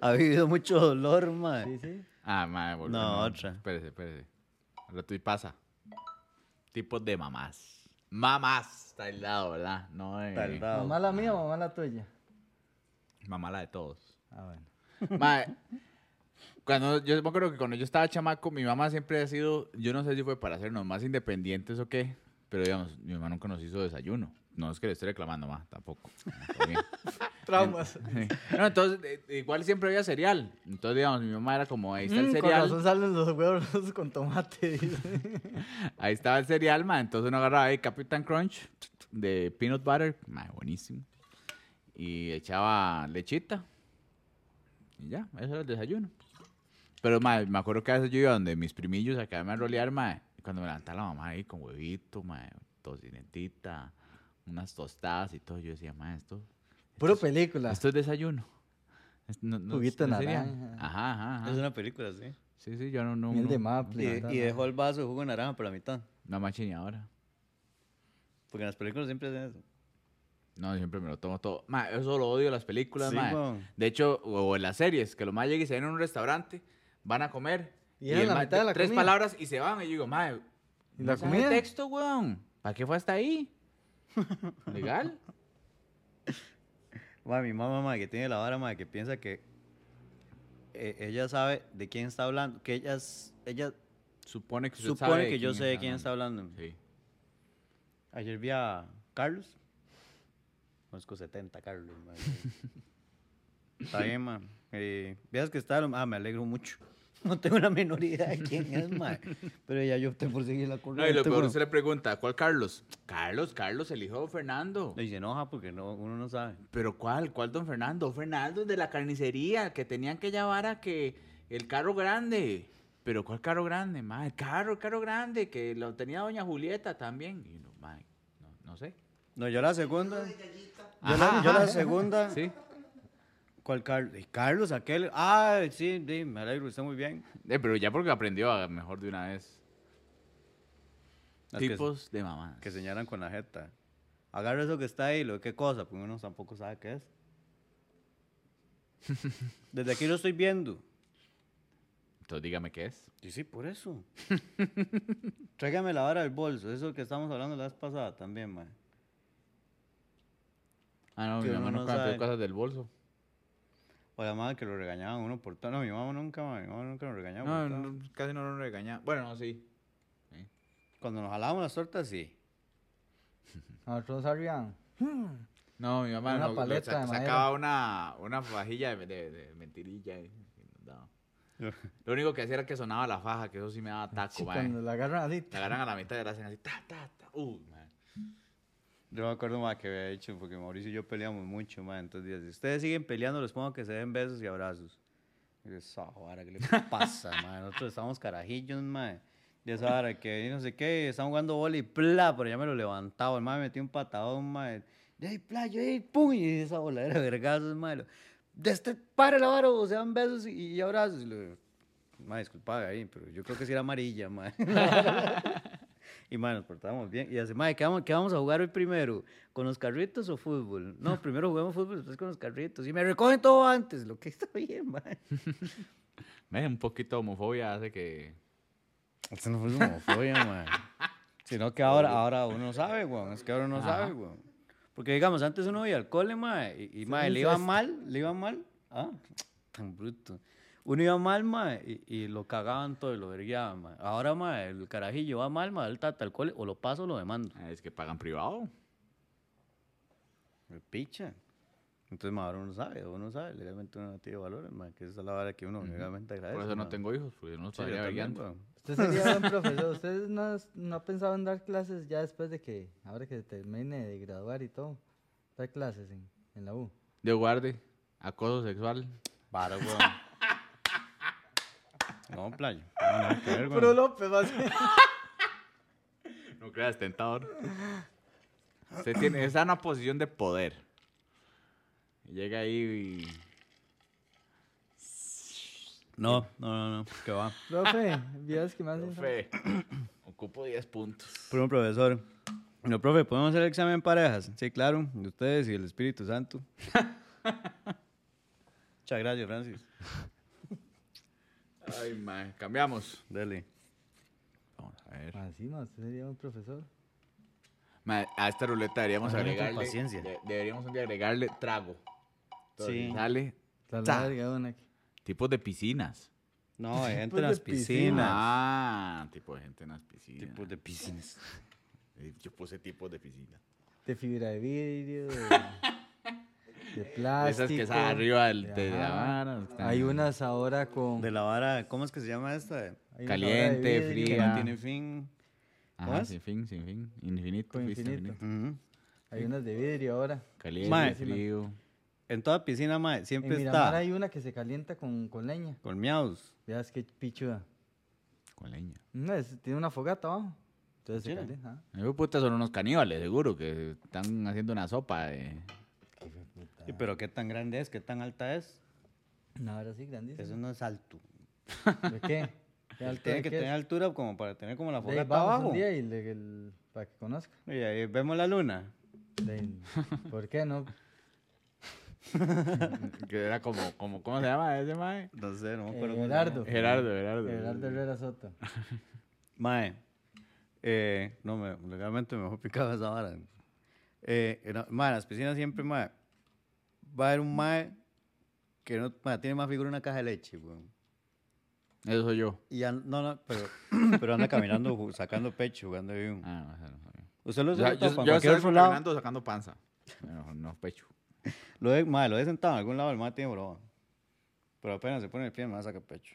S2: ha vivido mucho dolor, mae.
S1: Sí, sí.
S3: Ah, madre, boludo.
S2: No, otra.
S3: Espérese, espérese. Ahora tú y pasa. Tipos de mamás. Mamás. Está al lado, ¿verdad? No eh. de...
S2: Tardado.
S1: ¿Mamá la mía o mamá la tuya?
S3: Mamá la de todos.
S1: Ah, bueno.
S3: Mae, cuando yo me acuerdo que cuando yo estaba chamaco, mi mamá siempre ha sido, yo no sé si fue para hacernos más independientes o qué, pero digamos, mi mamá nunca nos hizo desayuno. No es que le esté reclamando más, tampoco. Todo bien.
S1: Traumas.
S3: No, entonces, eh, igual siempre había cereal. Entonces, digamos, mi mamá era como, ahí está el
S1: Mm, con
S3: cereal.
S1: razón salen los huevos rojos con tomate. dice.
S3: Ahí estaba el cereal, ma. Entonces uno agarraba ahí Captain Crunch de peanut butter, ma, buenísimo. Y echaba lechita. Y ya, ese era el desayuno. Pero, ma, me acuerdo que a veces yo iba donde mis primillos a quedarme a rolear, ma. y Cuando me levantaba la mamá ahí con huevito, ma, tocinetita, unas tostadas y todo. Yo decía, ma, esto,
S1: Puro película.
S3: esto es desayuno. Es- no- no-
S1: Juguito de
S3: no es cereal.
S1: naranja.
S3: Ajá, ajá, ajá.
S2: Es una película, sí.
S3: Sí, sí, yo no... no
S1: Miel
S3: no-
S1: de maple.
S2: Y,
S1: ¿verdad?
S2: y dejó el vaso de jugo de naranja por la mitad.
S3: No machine ahora.
S2: Porque en las películas siempre hacen eso.
S3: No, siempre me lo tomo todo. Ma, eso lo odio en las películas,
S2: Sí,
S3: ma.
S2: weón.
S3: De hecho, o o en las series, que los más llegan y se ven en un restaurante, van a comer.
S1: Y era
S3: el
S1: la
S3: ma-
S1: mitad de la
S3: tres
S1: comida.
S3: palabras y se van. Y yo digo, ma,
S1: ¿Y la
S3: mensaje de
S1: comida?
S3: texto, weón. ¿Para qué fue hasta ahí? ¿Legal?
S2: Mae, mi mamá, mae, que tiene la vara, mae, que piensa que eh, ella sabe de quién está hablando, que ella, s- ella
S3: Supone que usted sabe
S2: supone
S3: de
S2: que yo
S3: quién
S2: sé de quién está
S3: hablando.
S2: hablando.
S3: Sí.
S2: Ayer vi a Carlos. Conozco 70 Carlos, mae. Está bien, ma. Eh, Veas que está. Ah, me alegro mucho. No tengo la menor idea de quién es, ma. Pero ya yo opté por seguir la
S3: No, y
S2: corriente.
S3: lo peor
S2: weón.
S3: usted le pregunta, ¿cuál Carlos? Carlos, Carlos, el hijo de Fernando.
S2: Y se enoja porque no, uno no sabe.
S3: ¿Pero cuál? ¿Cuál don Fernando? Don Fernando de la carnicería, que tenían que llevar a que el carro grande. ¿Pero cuál carro grande? Ma, el carro, el carro grande, que lo tenía doña Julieta también. Y no, ma, no, no sé.
S2: No, yo la segunda. Yo la,
S3: Ajá,
S2: yo la
S3: ajá.
S2: segunda.
S3: Sí.
S2: ¿Cuál Carlos? Eh, Carlos, aquel. Ah, sí, sí, me alegro, está muy bien.
S3: Eh, pero ya porque aprendió a mejor de una vez.
S2: Las que-
S3: Tipos de mamás.
S2: que señalan con la jeta. Agarra eso que está ahí, lo qué cosa, porque uno tampoco sabe qué es. Desde aquí lo estoy viendo.
S3: Entonces dígame qué es.
S2: Y sí, por eso. Tráigame la vara del bolso, eso que estamos hablando la vez pasada también, mae.
S3: Ah, no,
S2: Que
S3: mi
S2: uno
S3: mamá
S2: no
S3: no conoce
S2: sabe.
S3: cosas del bolso.
S2: O la madre que lo regañaban uno por todo. No, mi mamá nunca, mae, mi mamá nunca nos regañaba. por
S3: No,
S2: todo.
S3: no, casi no nos regañaba. Bueno, no, sí.
S2: Cuando nos jalábamos las tortas, sí.
S1: Nosotros arriba.
S3: No, mi mamá
S1: Una
S3: no, lo
S1: paleta
S3: sac-
S1: de madera.
S3: sacaba una, una fajilla de, de- de mentirilla. y- y nos daba. Lo único que hacía era que sonaba la faja, que eso sí me
S2: Ah,
S3: daba taco,
S1: Sí,
S3: mae.
S1: cuando la ah, agarran así.
S3: La agarran a la mitad y la hacen así, ta, ta, ta. Uy, mae.
S2: Yo me acuerdo más que había dicho, porque Mauricio y yo peleamos mucho, mae. Entonces, decía, si ustedes siguen peleando, les pongo que se den besos y abrazos. Y yo, esa vara, ¿qué le pasa, mae? Nosotros estábamos carajillos, mae. Y esa vara que y no sé qué, estaban jugando bola y pla, pero ya me lo levantaba. El mae me metía un patadón, mae. Y ahí, pla, yo ahí, pum, y esa bola era vergazos, mae. Lo, De este, para la vara, o se dan besos y, y abrazos. Y lo, mae, disculpa, ahí, pero yo creo que sí era amarilla, mae. Y, man, nos portábamos bien. Y hace, madre, ¿qué vamos, qué vamos a jugar hoy primero? ¿Con los carritos o fútbol? No, primero jugamos fútbol, después con los carritos. Y me recogen todo antes, lo que está bien, madre.
S3: Mae, un poquito de homofobia hace que... eh,
S2: Eso no fue homofobia, madre. Sino que ahora, ahora uno sabe, weón. Es que ahora uno sabe, weón. Porque, digamos, antes uno iba al cole, madre. Y, y madre, le iba mal, le iba mal. Ah, tan bruto. Uno iba mal, madre, y, y lo cagaban todo y lo vergueaban, madre. Ahora, madre, el carajillo va mal, madre, el tata al cole, o lo paso o lo demando.
S3: ah, Es que pagan privado.
S2: Me picha. Entonces, más ahora uno sabe, uno sabe, legalmente uno no tiene valores, más que esa es la vara que uno legalmente agradece.
S3: Por eso no
S2: ma.
S3: tengo hijos, porque no los
S2: Sí, yo
S3: pagaría
S2: también,
S3: brillando.
S2: weón.
S1: Usted sería buen profesor. ¿Usted no, no ha pensado en dar clases ya después de que, ahora que termine de graduar y todo? Dar clases en, en la U.
S3: De guarde, acoso sexual.
S2: Vara, weón. No, playo. No, nada que ver, weón.
S1: López va a
S3: No creas, tentador. Usted tiene, está en una posición de poder. Y Llega ahí y...
S2: no, no, no, no, que va.
S1: Profe, vieras que más.
S3: Profe, ocupo 10 puntos.
S2: Por un profesor. No, profe, ¿podemos hacer el examen en parejas? Sí, claro, de ustedes y el Espíritu Santo. Muchas gracias, Francis.
S3: Ay, mae, cambiamos.
S2: Dele.
S3: Vamos a ver.
S1: Así no, usted sería un profesor.
S3: Ma, a esta ruleta deberíamos
S2: Hazlo con
S3: agregarle.
S2: paciencia.
S3: de- deberíamos un día agregarle trago. Entonces,
S2: Sí.
S3: Sale
S1: La
S3: Ta.
S1: larga una aquí.
S3: tipos de piscinas.
S2: No, hay gente
S1: Tipos
S2: en las
S1: de piscinas.
S2: piscinas.
S3: Ah, tipo de gente en las piscinas.
S2: Tipos de piscinas.
S3: Eh, Yo puse tipos de piscinas.
S1: De fibra de vidrio, de, de plástico.
S3: Esas que están arriba del, de la
S1: Ah, Ajá.
S3: vara. están
S1: Hay unas ahora con.
S2: De la vara, ¿cómo es que se llama esta?
S1: hay unas ahora de
S3: Caliente,
S1: vidrio,
S2: Que
S3: fría.
S2: no tiene fin.
S3: Ajá,
S2: ¿Cómo es?
S3: sin fin, sin fin. Infinito,
S1: Con
S3: fuiste
S1: infinito.
S2: Ujú.
S1: Hay unas de vidrio ahora.
S3: Caliente,
S2: Mae.
S3: frío.
S2: En toda piscina, mae,
S1: En
S2: siempre
S1: Miramar
S2: está
S1: hay una que se calienta con, con leña.
S2: con miaus.
S1: Veas qué pichuda.
S3: Con leña.
S1: No, es- tiene una fogata abajo. Entonces se
S2: ¿Tiene?
S1: calienta. ah.
S3: Esos putas son unos caníbales, seguro, que están haciendo una sopa de.
S2: Y Pero qué tan grande es, qué tan alta es.
S1: No, ahora sí, grandísima.
S2: Eso no es alto.
S1: ¿De qué? ¿Qué altura
S2: Tiene
S1: de
S2: que
S1: qué es?
S2: tener altura como para tener como la
S1: De ahí
S2: fogata
S1: vamos
S2: abajo.
S1: un
S2: Y
S1: día y le- el- para que conozca.
S2: ahí vemos la luna.
S1: De ahí, ¿Por qué no?
S3: que era como, como, ¿cómo se llama ese mae?
S2: No sé, no me
S1: Eh,
S2: acuerdo. cómo se
S1: Gerardo.
S3: Gerardo, Gerardo.
S1: Gerardo Herrera Soto.
S2: llama. Mae. eh, no, me, legalmente me dejó picado esa vara. Eh, era- mae, en las piscinas siempre, mae. Va a haber un mae que no, mae, tiene más figura que una caja de leche, weón.
S3: Eso soy yo.
S2: Y an- no, no, pero, pero anda caminando, ju- sacando pecho, jugando de un.
S3: Ah, no, esa no sabía.
S2: Usted lo
S3: O sea,
S2: usa
S3: yo,
S2: para
S3: yo
S2: cualquier
S3: estoy
S2: otro lado.
S3: caminando sacando panza. No, no pecho.
S2: Lo he, mae, lo he sentado en algún lado, el mae tiene broma. Pero apenas se pone el pie, me saca pecho.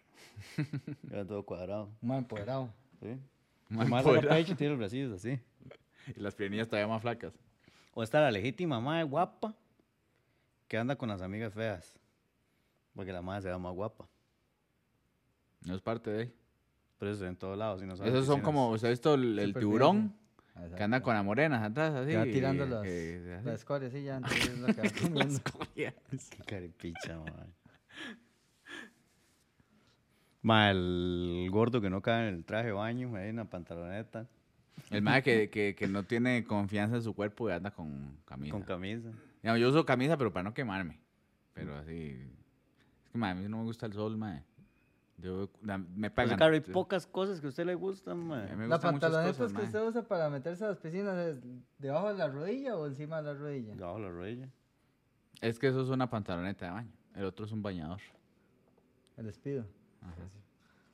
S2: Era todo cuadrado.
S1: Mae empoderado.
S2: ¿sí?
S3: Mae,
S2: El mae saca
S3: empoderado.
S2: pecho y tiene los bracitos así.
S3: Y las piernillas todavía más flacas.
S2: O está la legítima mae guapa que anda con las amigas feas. Porque la madre se ve más guapa.
S3: No es parte de ahí.
S2: Pero eso es en todos lados. y no son
S3: Esos son
S2: oficinas.
S3: como, ¿usted ha visto el, el
S1: Súper
S3: tiburón?
S1: bien.
S3: Que anda con la morena atrás, así.
S1: Ya
S3: y-
S1: tirando
S3: que-
S1: las,
S3: que- eh, así.
S1: las escorias, sí, ya. entonces es lo que va comiendo.
S2: Qué carepicha, mae. Mae, el gordo que no cae en el traje de baño, mae, en la pantaloneta,
S3: El mae que, que, que no tiene confianza en su cuerpo y anda con camisa.
S2: con camisa.
S3: Digamos, yo uso camisa, pero para no quemarme. Pero así. Es que, mae, a mí no me gusta el sol, mae. Yo da- me
S2: Pero claro,
S3: pagan.
S2: Pues, hay
S3: entonces,
S2: pocas cosas que a usted le gustan,
S3: a mí
S2: mae.
S3: me
S1: Pues La
S3: gustan muchas
S1: pantaloneta
S3: cosas,
S1: es que
S3: mae.
S1: usted usa para meterse a las piscinas es debajo de la rodilla o encima de la rodilla.
S2: Debajo de la rodilla.
S3: Es que eso es una pantaloneta de baño. El otro es un bañador.
S1: El despido.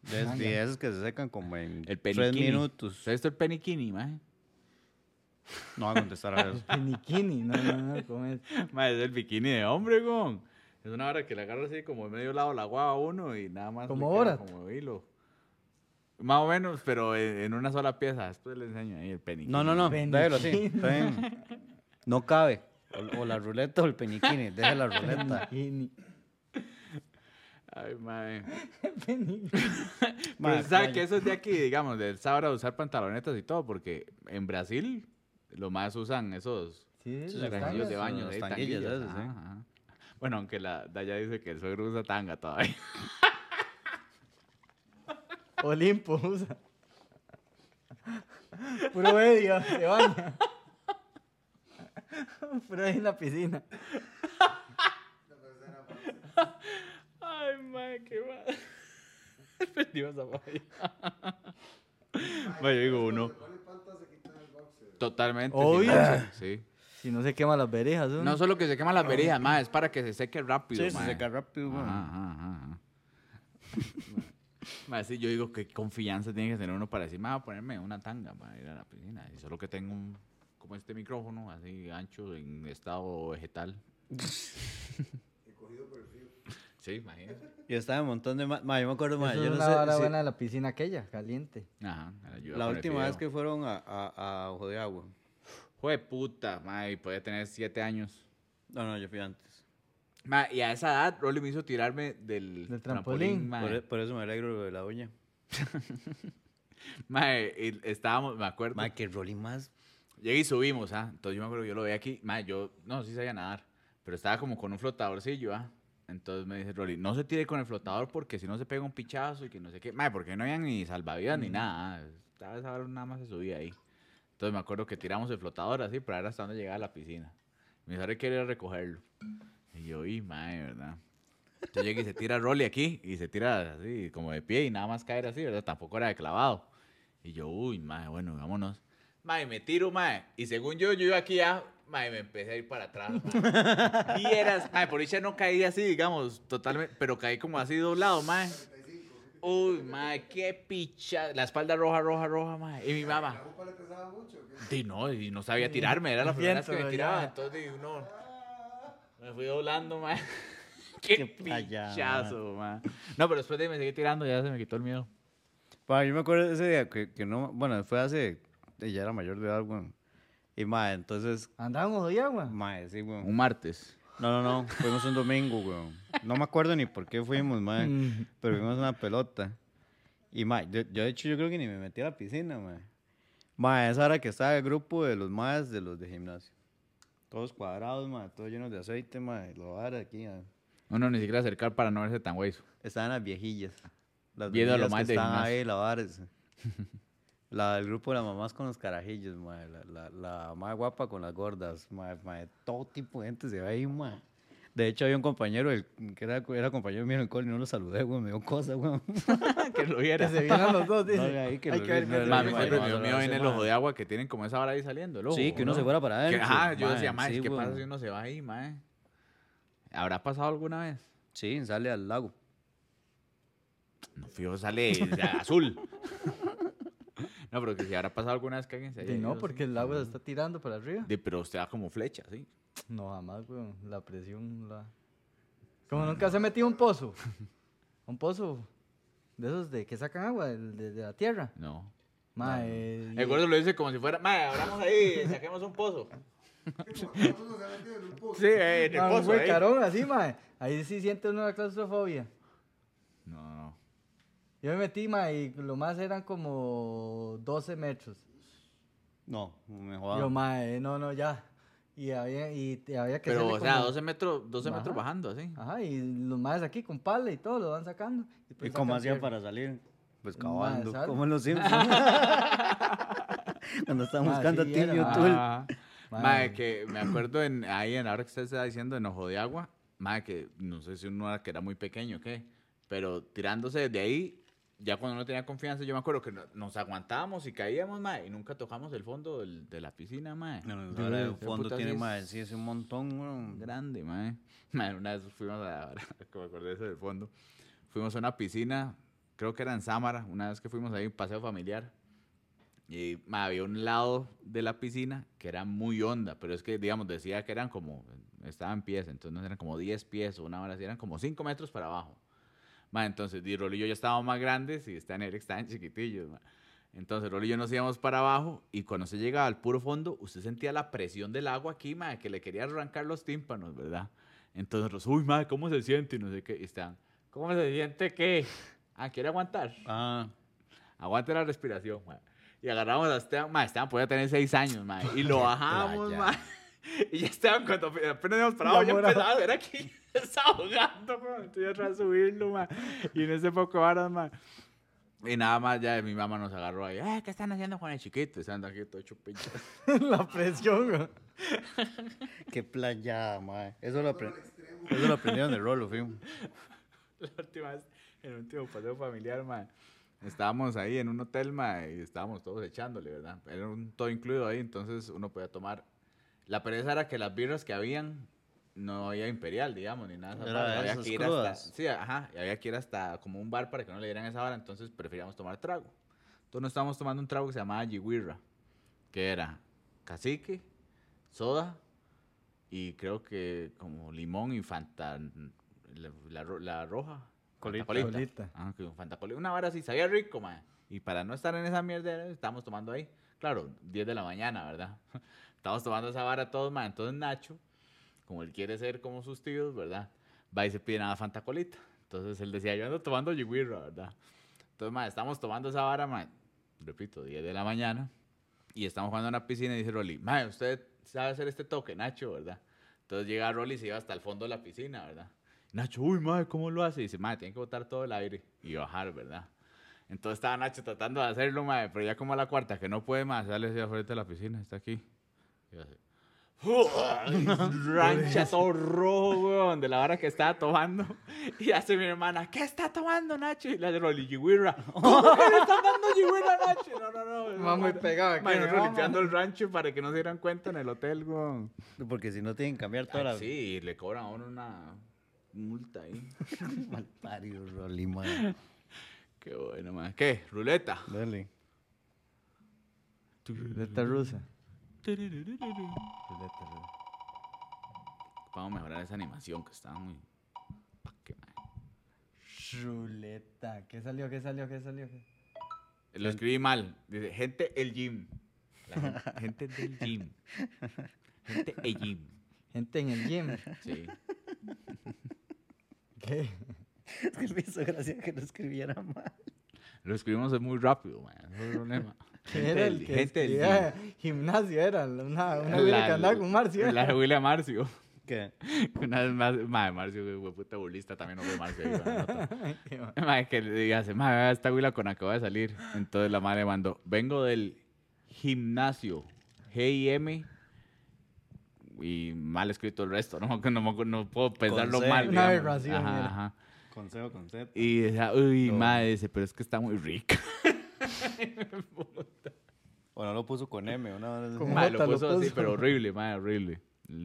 S2: Es de esas que se secan como en
S3: El
S2: tres
S3: peniquini.
S2: minutos.
S3: ¿Usted ha visto el peniquini, mae?
S2: No va a contestar a eso.
S1: Piniquini, no, no, no, ¿cómo es?
S3: Mae, es el bikini de hombre, con. Es una vara que le agarra así como de medio lado la guava a uno y nada más. le
S1: Como
S3: queda
S1: Borat.
S3: Como hilo. Más o menos, pero en, en una sola pieza. Después le enseño ahí el peniquini.
S2: No, no, no.
S1: Peniquini.
S2: Déjalo así. está bien. No cabe. O, o la ruleta o el peniquini. Deja la ruleta.
S1: Piniquini.
S3: Ay, mae.
S1: Piniquini.
S2: Mae,
S3: Pero sabe
S2: mae,
S3: que eso es de aquí, digamos, del saber usar pantalonetas y todo, porque en Brasil lo más usan esos
S1: Sí, los
S2: Sí, los
S3: trajes
S1: tangas.
S3: de baño,
S2: los
S3: ahí,
S2: tanguillas,
S3: tanguillas,
S2: esos,
S3: ajá,
S2: sí.
S3: ajá. Bueno, aunque la Daya dice que el suegro usa tanga todavía.
S1: Olimpo usa. Puro medio, se baña. Puro ahí en la piscina.
S3: Ay, mae, qué mal. Perdimos a yo digo uno. Totalmente. sí,
S1: Obvio.
S2: Ah.
S3: mae, Sí.
S1: Si no se quema las berejas, uno.
S3: No solo que se quema las veredas, mae, es para que se seque rápido,
S2: Sí, se
S3: mae.
S2: seca rápido, mae.
S3: Ajá, ajá, ajá. Ma, sí, yo digo que confianza tiene que tener uno para decir, me voy a ponerme una tanga para ir a la piscina. Y solo que tengo un, como este micrófono, así ancho, en estado vegetal. Sí, imagínate.
S2: Y estaba un montón de... ma- mae, yo me acuerdo, mae,
S1: Eso es
S2: yo no
S1: una
S2: sé
S1: vara
S2: si-
S1: buena de la piscina aquella, caliente.
S3: Ajá, me ayuda
S2: La
S3: con el
S2: última vez
S3: fideo.
S2: que fueron a, a, a Ojo de Agua.
S3: Jue puta, ma, y podía tener siete años.
S2: No, no, yo fui antes.
S3: Ma, y a esa edad, Rolly me hizo tirarme del,
S1: Del trampolín.
S3: trampolín, ma.
S2: Por, e- por eso me alegro de la uña.
S3: Ma, y estábamos, me acuerdo.
S2: Mae, que Rolly más.
S3: Llegué y subimos, ¿ah? Entonces yo me acuerdo que yo lo veía aquí. Mae, yo no, sí sabía nadar, pero estaba como con un flotadorcillo, ¿ah? Entonces me dice Rolly, no se tire con el flotador porque si no se pega un pichazo y que no sé qué. Mae, porque no había ni salvavidas ni nada. ah, Estaba esa hora nada más se subía ahí. Entonces me acuerdo que tiramos el flotador así para ver hasta dónde llegaba la piscina. Mi padre quería recogerlo. Y yo, y mae, ¿verdad? Entonces llega y se tira Rolly aquí y se tira así, como de pie y nada más caer así, ¿verdad? Tampoco era de clavado. Y yo, uy, mae, bueno, vámonos. Mae, me tiro, mae. Y según yo, yo iba aquí ya, mae, me empecé a ir para atrás. mae. Y eras, mae, por dicha no caí así, digamos, totalmente, pero caí como así doblado, mae. Uy, mae, qué picha. La espalda roja, roja, roja, mae. Y mi mamá. Sí, no, y no sabía tirarme, era la primera vez que me
S1: Viéndolo ya.
S3: tiraba. Entonces, di, no. Me fui doblando, mae. Qué,
S2: Qué playa,
S3: pichazo, mae. No, pero después de ahí me seguí tirando, ya se me quitó el miedo.
S2: Mae, yo me acuerdo ese día que, que no. Bueno, fue hace. Ya era mayor de edad, weón. Y mae, entonces.
S1: Andábamos de agua.
S2: Mae, sí, weón.
S3: Un martes.
S2: No, no, no. Fuimos un domingo, weón. No me acuerdo ni por qué fuimos, mae.
S1: Mm.
S2: Pero fuimos a una pelota. Y mae, yo, yo de hecho yo creo que ni me metí a la piscina, mae. Mae, esa hora que estaba el grupo de los maes de los de gimnasio. Todos cuadrados, mae, todos llenos de aceite, mae. Lo vara aquí, mae.
S3: Uno ni siquiera acercar para no verse tan hueso.
S2: Estaban las viejillas. Las
S3: Viendo a lo
S2: viejillas
S3: más
S2: que
S3: de
S2: estaban
S3: gimnasio.
S2: ahí, la vara, esa. La del grupo de las mamás con los carajillos, mae. La, la, la más guapa con las gordas, mae, mae. Todo tipo de gente se ve ahí, mae. De hecho, había un compañero el- que era, era compañero mío en el cole y no lo saludé, güey. Me dio cosa, güey.
S3: Ah, que lo
S1: Que
S3: viera.
S1: se vieron los dos, dice.
S2: No, de ahí que
S1: Hay
S2: lo
S1: que ver
S2: vi,
S1: qué
S2: no,
S1: se
S2: no,
S1: ve.
S3: Mami,
S2: no,
S3: siempre
S2: no,
S3: me
S2: no,
S3: mío
S2: no,
S3: en
S2: no,
S3: el
S2: no.
S3: ojo de agua que tienen como esa vara ahí saliendo, el ojo,
S2: Sí, que uno
S3: ¿no?
S2: se fuera para
S3: Que-
S2: adentro.
S3: Ajá, yo
S2: mae,
S3: decía, mae,
S2: sí,
S3: ¿qué
S2: güey.
S3: pasa si uno se va ahí, mae? ¿Habrá pasado alguna vez?
S2: Sí, sale al lago.
S3: No, fijo, sale o sea, azul. no, pero que si habrá pasado alguna vez que alguien se haya
S1: Di,
S3: ido
S1: no,
S3: así.
S1: porque el agua se está tirando para arriba.
S3: Di, pero usted va como flecha, sí.
S1: No, jamás, weón. La presión, la... Como nunca se ha metido a un pozo. A Un pozo de esos de que sacan agua, del- de, de la tierra.
S3: No.
S1: Mae, y-
S3: El gordo lo dice como si fuera, mae, abramos ahí, saquemos un pozo. Sí, eh,
S2: Ah,
S3: en el
S1: mae, un
S3: pozo, ahí.
S1: huecarón así, mae. Ahí sí siente uno la claustrofobia.
S3: No, no, no.
S1: Yo me metí, mae, y lo más eran como 12 metros.
S2: No, me
S1: Yo,
S2: jodan.
S1: mae, no, no, ya. Y había, y te- había que
S3: Pero, o
S1: hacerle
S3: sea,
S1: como-
S3: 12 metros, 12 metros
S1: Ajá.
S3: bajando, así.
S1: Ajá, y los más aquí con pala y todo, lo van sacando.
S2: ¿Y
S1: pues
S2: cómo
S1: sacan
S2: hacían
S1: tierra.
S2: para salir? Pues
S1: Un madre
S2: cavando,
S1: sale.
S2: como en los Simpsons. Cuando estaban
S1: Ah,
S2: buscando a
S1: sí,
S2: ti en
S1: era,
S2: YouTube.
S3: Ah,
S1: Mae.
S3: mae, que me acuerdo en, ahí, en ahora que usted está diciendo enojo de agua, mae, que no sé si uno era que era muy pequeño o qué, pero tirándose desde ahí, ya cuando no tenía confianza, yo me acuerdo que no- nos aguantábamos y caíamos, mae, y nunca tocamos el fondo del- de la piscina, mae.
S2: No, no,
S3: Yo,
S2: ahora el
S3: puta,
S2: fondo
S3: sí
S2: tiene
S3: es
S2: más, sí, es un montón, weón.
S3: Grande, mae. Mae, una vez fuimos a, ahora que me acordé de eso del fondo, fuimos a una piscina, creo que era en Sámara, una vez que fuimos ahí, un paseo familiar. Y mae, había un lado de la piscina que era muy honda, pero es que, digamos, decía que eran como, estaban pies, entonces eran como 10 pies o una hora así, eran como 5 metros para abajo. Mae, entonces, y Rolillo ya estábamos más grandes y Stan y Eric estaban chiquitillos, mae. Entonces, Rolillo nos íbamos para abajo y cuando se llegaba al puro fondo, usted sentía la presión del agua aquí, mae, que le quería arrancar los tímpanos, ¿verdad? Entonces, nosotros, uy, mae, ¿cómo se siente? Y no sé qué, y Stan, ¿cómo se siente qué? Ah, ¿quiere aguantar?
S2: Ah,
S3: Aguante la respiración, mae. Y agarramos a Esteban, mae, Esteban podía tener seis años, mae. Y lo bajamos,
S2: playa.
S3: mae. Y ya Esteban, cuando apenas íbamos para abajo,
S1: Ya
S3: ya
S1: morado.
S3: empezaba a ver aquí, está ahogando, mae. Entonces yo atrás subirlo, mae. Y en ese poco varas, mae. Y nada más ya mi mamá nos agarró ahí. "Eh, ¿Qué están haciendo con el chiquito? Están aquí todo chupincho.
S1: la presión, güey.
S2: qué playa, mae. Eso lo, apre- eso lo aprendieron de Rolo, fijo.
S3: La última vez, en el último paseo familiar, mae. Estábamos ahí en un hotel, mae, y estábamos todos echándole, ¿verdad? Era un todo incluido ahí, entonces uno podía tomar. La pereza era que las birras que habían no había imperial, digamos, ni nada. de esa
S2: Era
S3: vara. había
S2: esas
S3: que ir hasta,
S2: crudas.
S3: sí, ajá, y había que ir hasta como un bar para que no le dieran esa hora, entonces preferíamos tomar trago. Entonces nos estábamos tomando un trago que se llamaba Yiwirra, que era cacique, soda y creo que como limón y fanta la, la ro- la roja
S2: Colita.
S3: Fantacolita.
S1: Colita.
S3: Ajá, que un Fantacolita. una vara así sabía rico mae. y para no estar en esa mierda estábamos tomando ahí claro 10 de la mañana verdad estábamos tomando esa vara todos mae. entonces Nacho como él quiere ser como sus tíos verdad va y se pide nada fantacolita entonces él decía yo ando tomando yiguirra verdad entonces mae, estamos tomando esa vara mae. repito 10 de la mañana y estamos jugando en una piscina y dice Rolly, mae, usted sabe hacer este toque, Nacho, ¿verdad? Entonces llega Rolly y se iba hasta el fondo de la piscina, ¿verdad? Nacho, uy, madre, ¿cómo lo hace? Y dice, madre, tiene que botar todo el aire y bajar, ¿verdad? Entonces estaba Nacho tratando de hacerlo, madre, pero ya como a la cuarta, que no puede más, sale hacia frente de la piscina, está aquí. Y hace, ¡fua! Y rancha todo rojo, weón, de la hora que estaba tomando. Y hace mi hermana, ¿qué está tomando, Nacho? Y le hace Rolly, yigüirra. ¿Cómo que le están dando yigüirra, Nacho? No, no, no.
S1: Va muy
S3: no.
S1: pegado aquí,
S3: Mae, nosotros
S1: vamos.
S3: limpiando el rancho para que no se dieran cuenta en el hotel, weón.
S2: Porque si no tienen que cambiar toda la...
S3: Sí, y le cobran a uno una multa ahí.
S2: Mal parido, Rolly, mae.
S3: Qué bueno, man. ¿Qué? Ruleta.
S2: Dale.
S1: Ruleta rusa.
S3: Vamos a mejorar esa animación que estaba muy. pa' que, man.
S1: Ruleta. ¿Qué salió? ¿Qué salió? ¿Qué salió? ¿Qué-
S3: Lo escribí mal. Dice, gente el gym. La gen- gente, del gym. Gente el gym.
S1: Gente en el gym.
S3: Sí.
S1: ¿Qué?
S2: Es que me hizo gracia que lo escribiera mal.
S3: Lo escribimos muy rápido, man. No hay problema.
S1: ¿Qué era el
S3: del-
S1: que
S3: gente del
S1: escribía? Gimnasio era. Una, una güera que andaba con Marcio. era.
S3: La de William Marcio.
S2: ¿Qué?
S3: Una vez más, madre, Marcio, que fue puta bolista, también no fue Marcio. ahí, la nota. Mae, que le digas, madre, esta güila con acaba de salir. Entonces la madre le mandó, vengo del gimnasio, G-I-M, y mal escrito el resto, no, me acu- no, me acu- no puedo pensarlo
S2: C.
S3: mal.
S1: Una
S3: digamos.
S1: aberración,
S3: Ajá,
S1: mira.
S3: ajá.
S2: Consejo, concepto.
S3: Y decía, uy,
S2: No.
S3: madre, dice, pero es que está muy rica.
S2: O no lo puso con M, una vez.
S1: Con-
S3: Mae, lo
S1: Jota lo
S3: puso, así,
S1: puso.
S3: pero horrible, madre, horrible.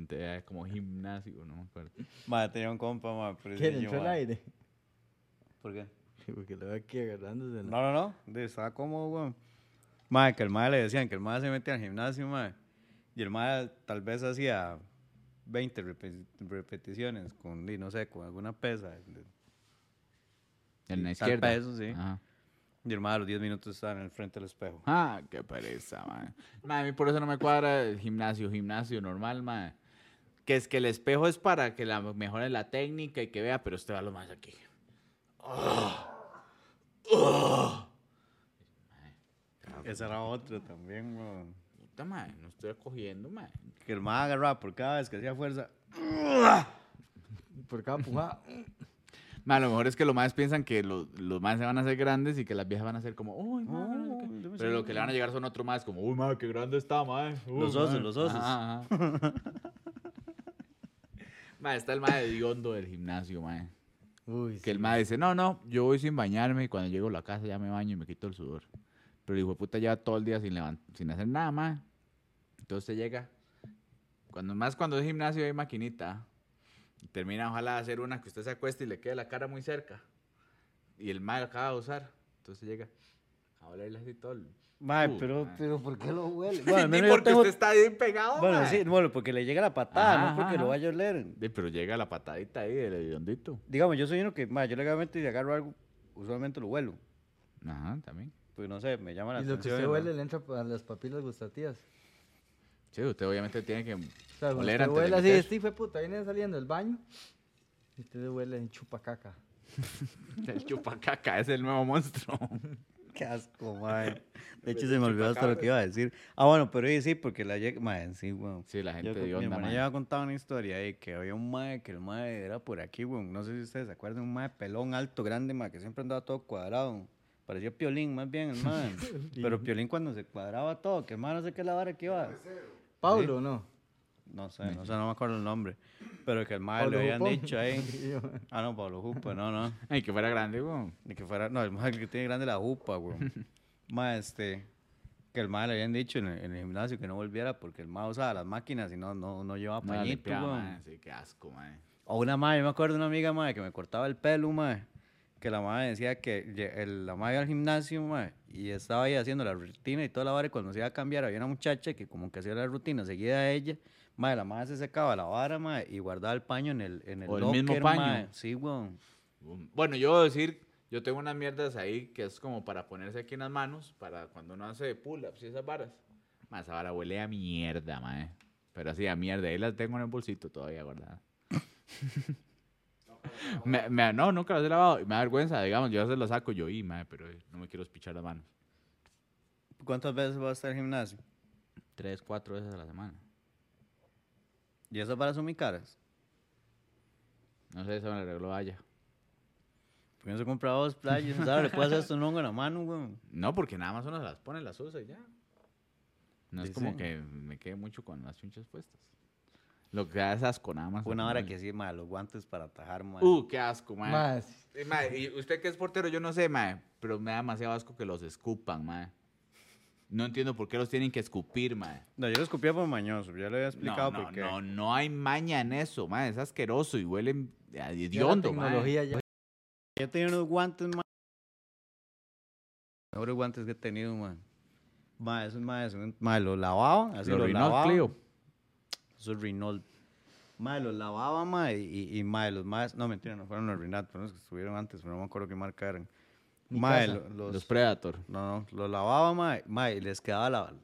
S3: Era Como gimnasio, no me acuerdo.
S2: Madre, tenía un compa, madre. pero
S1: ¿Qué?
S2: ese
S1: ¿Entró
S2: niño,
S1: el
S2: mae.
S1: aire?
S2: ¿Por qué?
S1: Sí, Porque lo veo aquí agarrándose. la-
S2: No, no, no. de- Estaba cómodo, weón. Madre, que el madre le decían que el madre se mete al gimnasio, madre. Y el madre tal vez hacía 20 repe- repeticiones con, di, no sé, con alguna pesa. de-
S3: En la
S2: tal
S3: izquierda. Ah.
S2: peso, sí.
S3: Ajá.
S2: Y el mae a los 10 minutos estaba en el frente del espejo.
S3: Ah, qué pereza, man. a mí por eso no me cuadra el gimnasio, gimnasio normal, man. Que es que el espejo es para que la mejore la técnica y que vea, pero usted va lo más aquí. Ah,
S2: Esa era otra también, weón.
S3: Puta, man, no estoy acogiendo, man.
S2: Que el mae agarraba por cada vez que hacía fuerza.
S1: Por cada pujada.
S3: Man, lo mejor es que los más piensan que los, los más se van a hacer grandes y que las viejas van a ser como, uy,
S2: Oh,
S3: mae, no sé qué".
S2: Uy, deme
S3: Pero lo
S2: ese-
S3: que le van a llegar son otro más, como, uy, man, qué grande está, man. Uy,
S2: Los osos,
S3: mae".
S2: los osos.
S3: Ajá, ajá. Mae, está el más hediondo del gimnasio, man.
S1: Uy,
S3: Que el mae dice, no, no, yo voy sin bañarme y cuando llego a la casa ya me baño y me quito el sudor. Pero el hijo de puta lleva todo el día sin, levan- sin hacer nada más. Entonces usted llega, cuando más cuando es gimnasio hay maquinita, y termina ojalá de hacer una que usted se acueste y le quede la cara muy cerca. Y el mae la acaba de usar. Entonces llega a olerle así todo. el-
S2: Mae,
S3: Uh,
S2: pero.
S3: mae.
S1: Pero ¿por qué lo huele?
S2: Bueno, al
S3: Y
S2: menos yo
S3: porque
S2: tengo-
S3: usted está bien pegado,
S2: Bueno,
S3: mae.
S2: sí, bueno, porque le llega la patada,
S3: Ah. Ajá,
S2: no porque
S3: ajá,
S2: lo
S3: ajá.
S2: vaya a oler.
S3: Sí, Pero llega la patadita ahí del hediondito.
S2: Digamos, yo soy uno que, mae, yo legalmente si agarro algo, usualmente lo huelo.
S3: Ajá, también.
S2: Pues no sé, me llama la
S1: Y lo que
S2: atención.
S1: usted
S2: ¿no?
S1: huele le entra a las papilas gustativas.
S3: Sí, usted obviamente tiene que
S1: O sea,
S3: oler
S1: usted
S3: antes de
S1: huele así,
S3: meterse.
S1: este fue puta, viene saliendo del baño. Y usted le huele en chupacaca.
S3: El chupacaca es el nuevo monstruo.
S2: Qué asco, mae. De hecho,
S3: Huele
S2: se me olvidó hasta lo que iba a decir. Ah, bueno, pero sí, sí, porque la llega, mae, sí, weón.
S3: Sí, la gente
S2: Yo,
S3: de
S2: mi
S3: onda,
S2: hermana
S3: mae.
S2: ya ha contado una historia de que había un mae, que el mae era por aquí, weón. No sé si ustedes se acuerdan, un mae pelón, alto, grande, mae, que siempre andaba todo cuadrado. Parecía Piolín, más bien, el mae. Pero Piolín cuando se cuadraba todo, que el mae no sé qué la vara que iba.
S1: Pablo, ¿no?
S2: No sé, no sé, no me acuerdo el nombre. Pero que el mae
S1: Pablo
S2: le habían
S1: Jupón.
S2: dicho ahí.
S1: Y yo,
S2: Ah, no, Pablo Jupa, no, no.
S3: Ay, que fuera grande, güey.
S2: Ni que fuera, no, el mae que tiene grande la jupa, weón. Mae, este, que el mae le habían dicho en el, en el gimnasio que no volviera porque el mae usaba las máquinas y no, no, no llevaba
S3: No la
S2: pañito,
S3: limpiaba,
S2: weón.
S3: mae. Sí, qué asco, man.
S2: O una madre, yo me acuerdo de una amiga, madre, que me cortaba el pelo, madre. Que la madre decía que lle- el- la madre iba al gimnasio, madre, y estaba ahí haciendo la rutina y toda la vara. Y cuando se iba a cambiar, había una muchacha que como que hacía la rutina seguida a ella. Madre, la madre se sacaba la vara, madre, y guardaba el paño en el en el,
S3: O el mismo
S2: locker,
S3: paño.
S2: mae. Sí, weón.
S3: Bueno, yo voy a decir, yo tengo unas mierdas ahí que es como para ponerse aquí en las manos, para cuando uno hace pull-ups y esas varas. Más esa vara huele a mierda, mae. Pero así a mierda. Ahí las tengo en el bolsito todavía guardadas. Me- me- no, nunca las he lavado. Y me da vergüenza, digamos. Yo a veces las saco yo y, mae, pero eh, no me quiero espichar las manos.
S2: ¿Cuántas veces vas a estar al gimnasio?
S3: Tres, cuatro veces a la semana.
S2: Y esas varas son muy caras.
S3: No sé, se me la arregló allá.
S2: Porque no se compra dos playas, ¿sabes? Le puedes hacer esto un hongo en la mano, weón.
S3: No, porque nada más uno se las pone, las usa y ya. No es
S2: Sí,
S3: como
S2: sí.
S3: que me quede mucho con las chunchas puestas. Lo que da es asco nada más.
S2: Una hora que
S3: acomodarle.
S2: sí, madre, los guantes para atajar, madre.
S3: Uh, qué asco, mae.
S1: Más.
S3: Eh, mae, y usted que es portero, yo no sé, mae, pero me da demasiado asco que los escupan, mae. No entiendo por qué los tienen que escupir, mae.
S2: No, yo lo escupía por mañoso. Ya le había explicado
S3: No, no,
S2: por qué.
S3: no, no hay maña en eso, mae. Es asqueroso y huelen a
S1: Ya la
S3: hediondo, mae.
S1: tecnología ya.
S2: Yo tenía unos guantes, más Mejores guantes que he tenido, man. Ma, esos ma, esos, ma, los lavaba, así
S3: Lo
S2: los,
S3: arruinó el
S2: lavaba.
S3: Clio.
S2: Esos Renault. Ma, los lavaba, ma, y, y ma, los más. No, mentira, no fueron los Renault, fueron los que estuvieron antes, pero no me acuerdo qué marca eran.
S1: Mi
S2: Ma,
S1: casa.
S2: lo- los,
S3: Los Predator.
S2: No, no, los lavaba, ma, ma, y les quedaba la,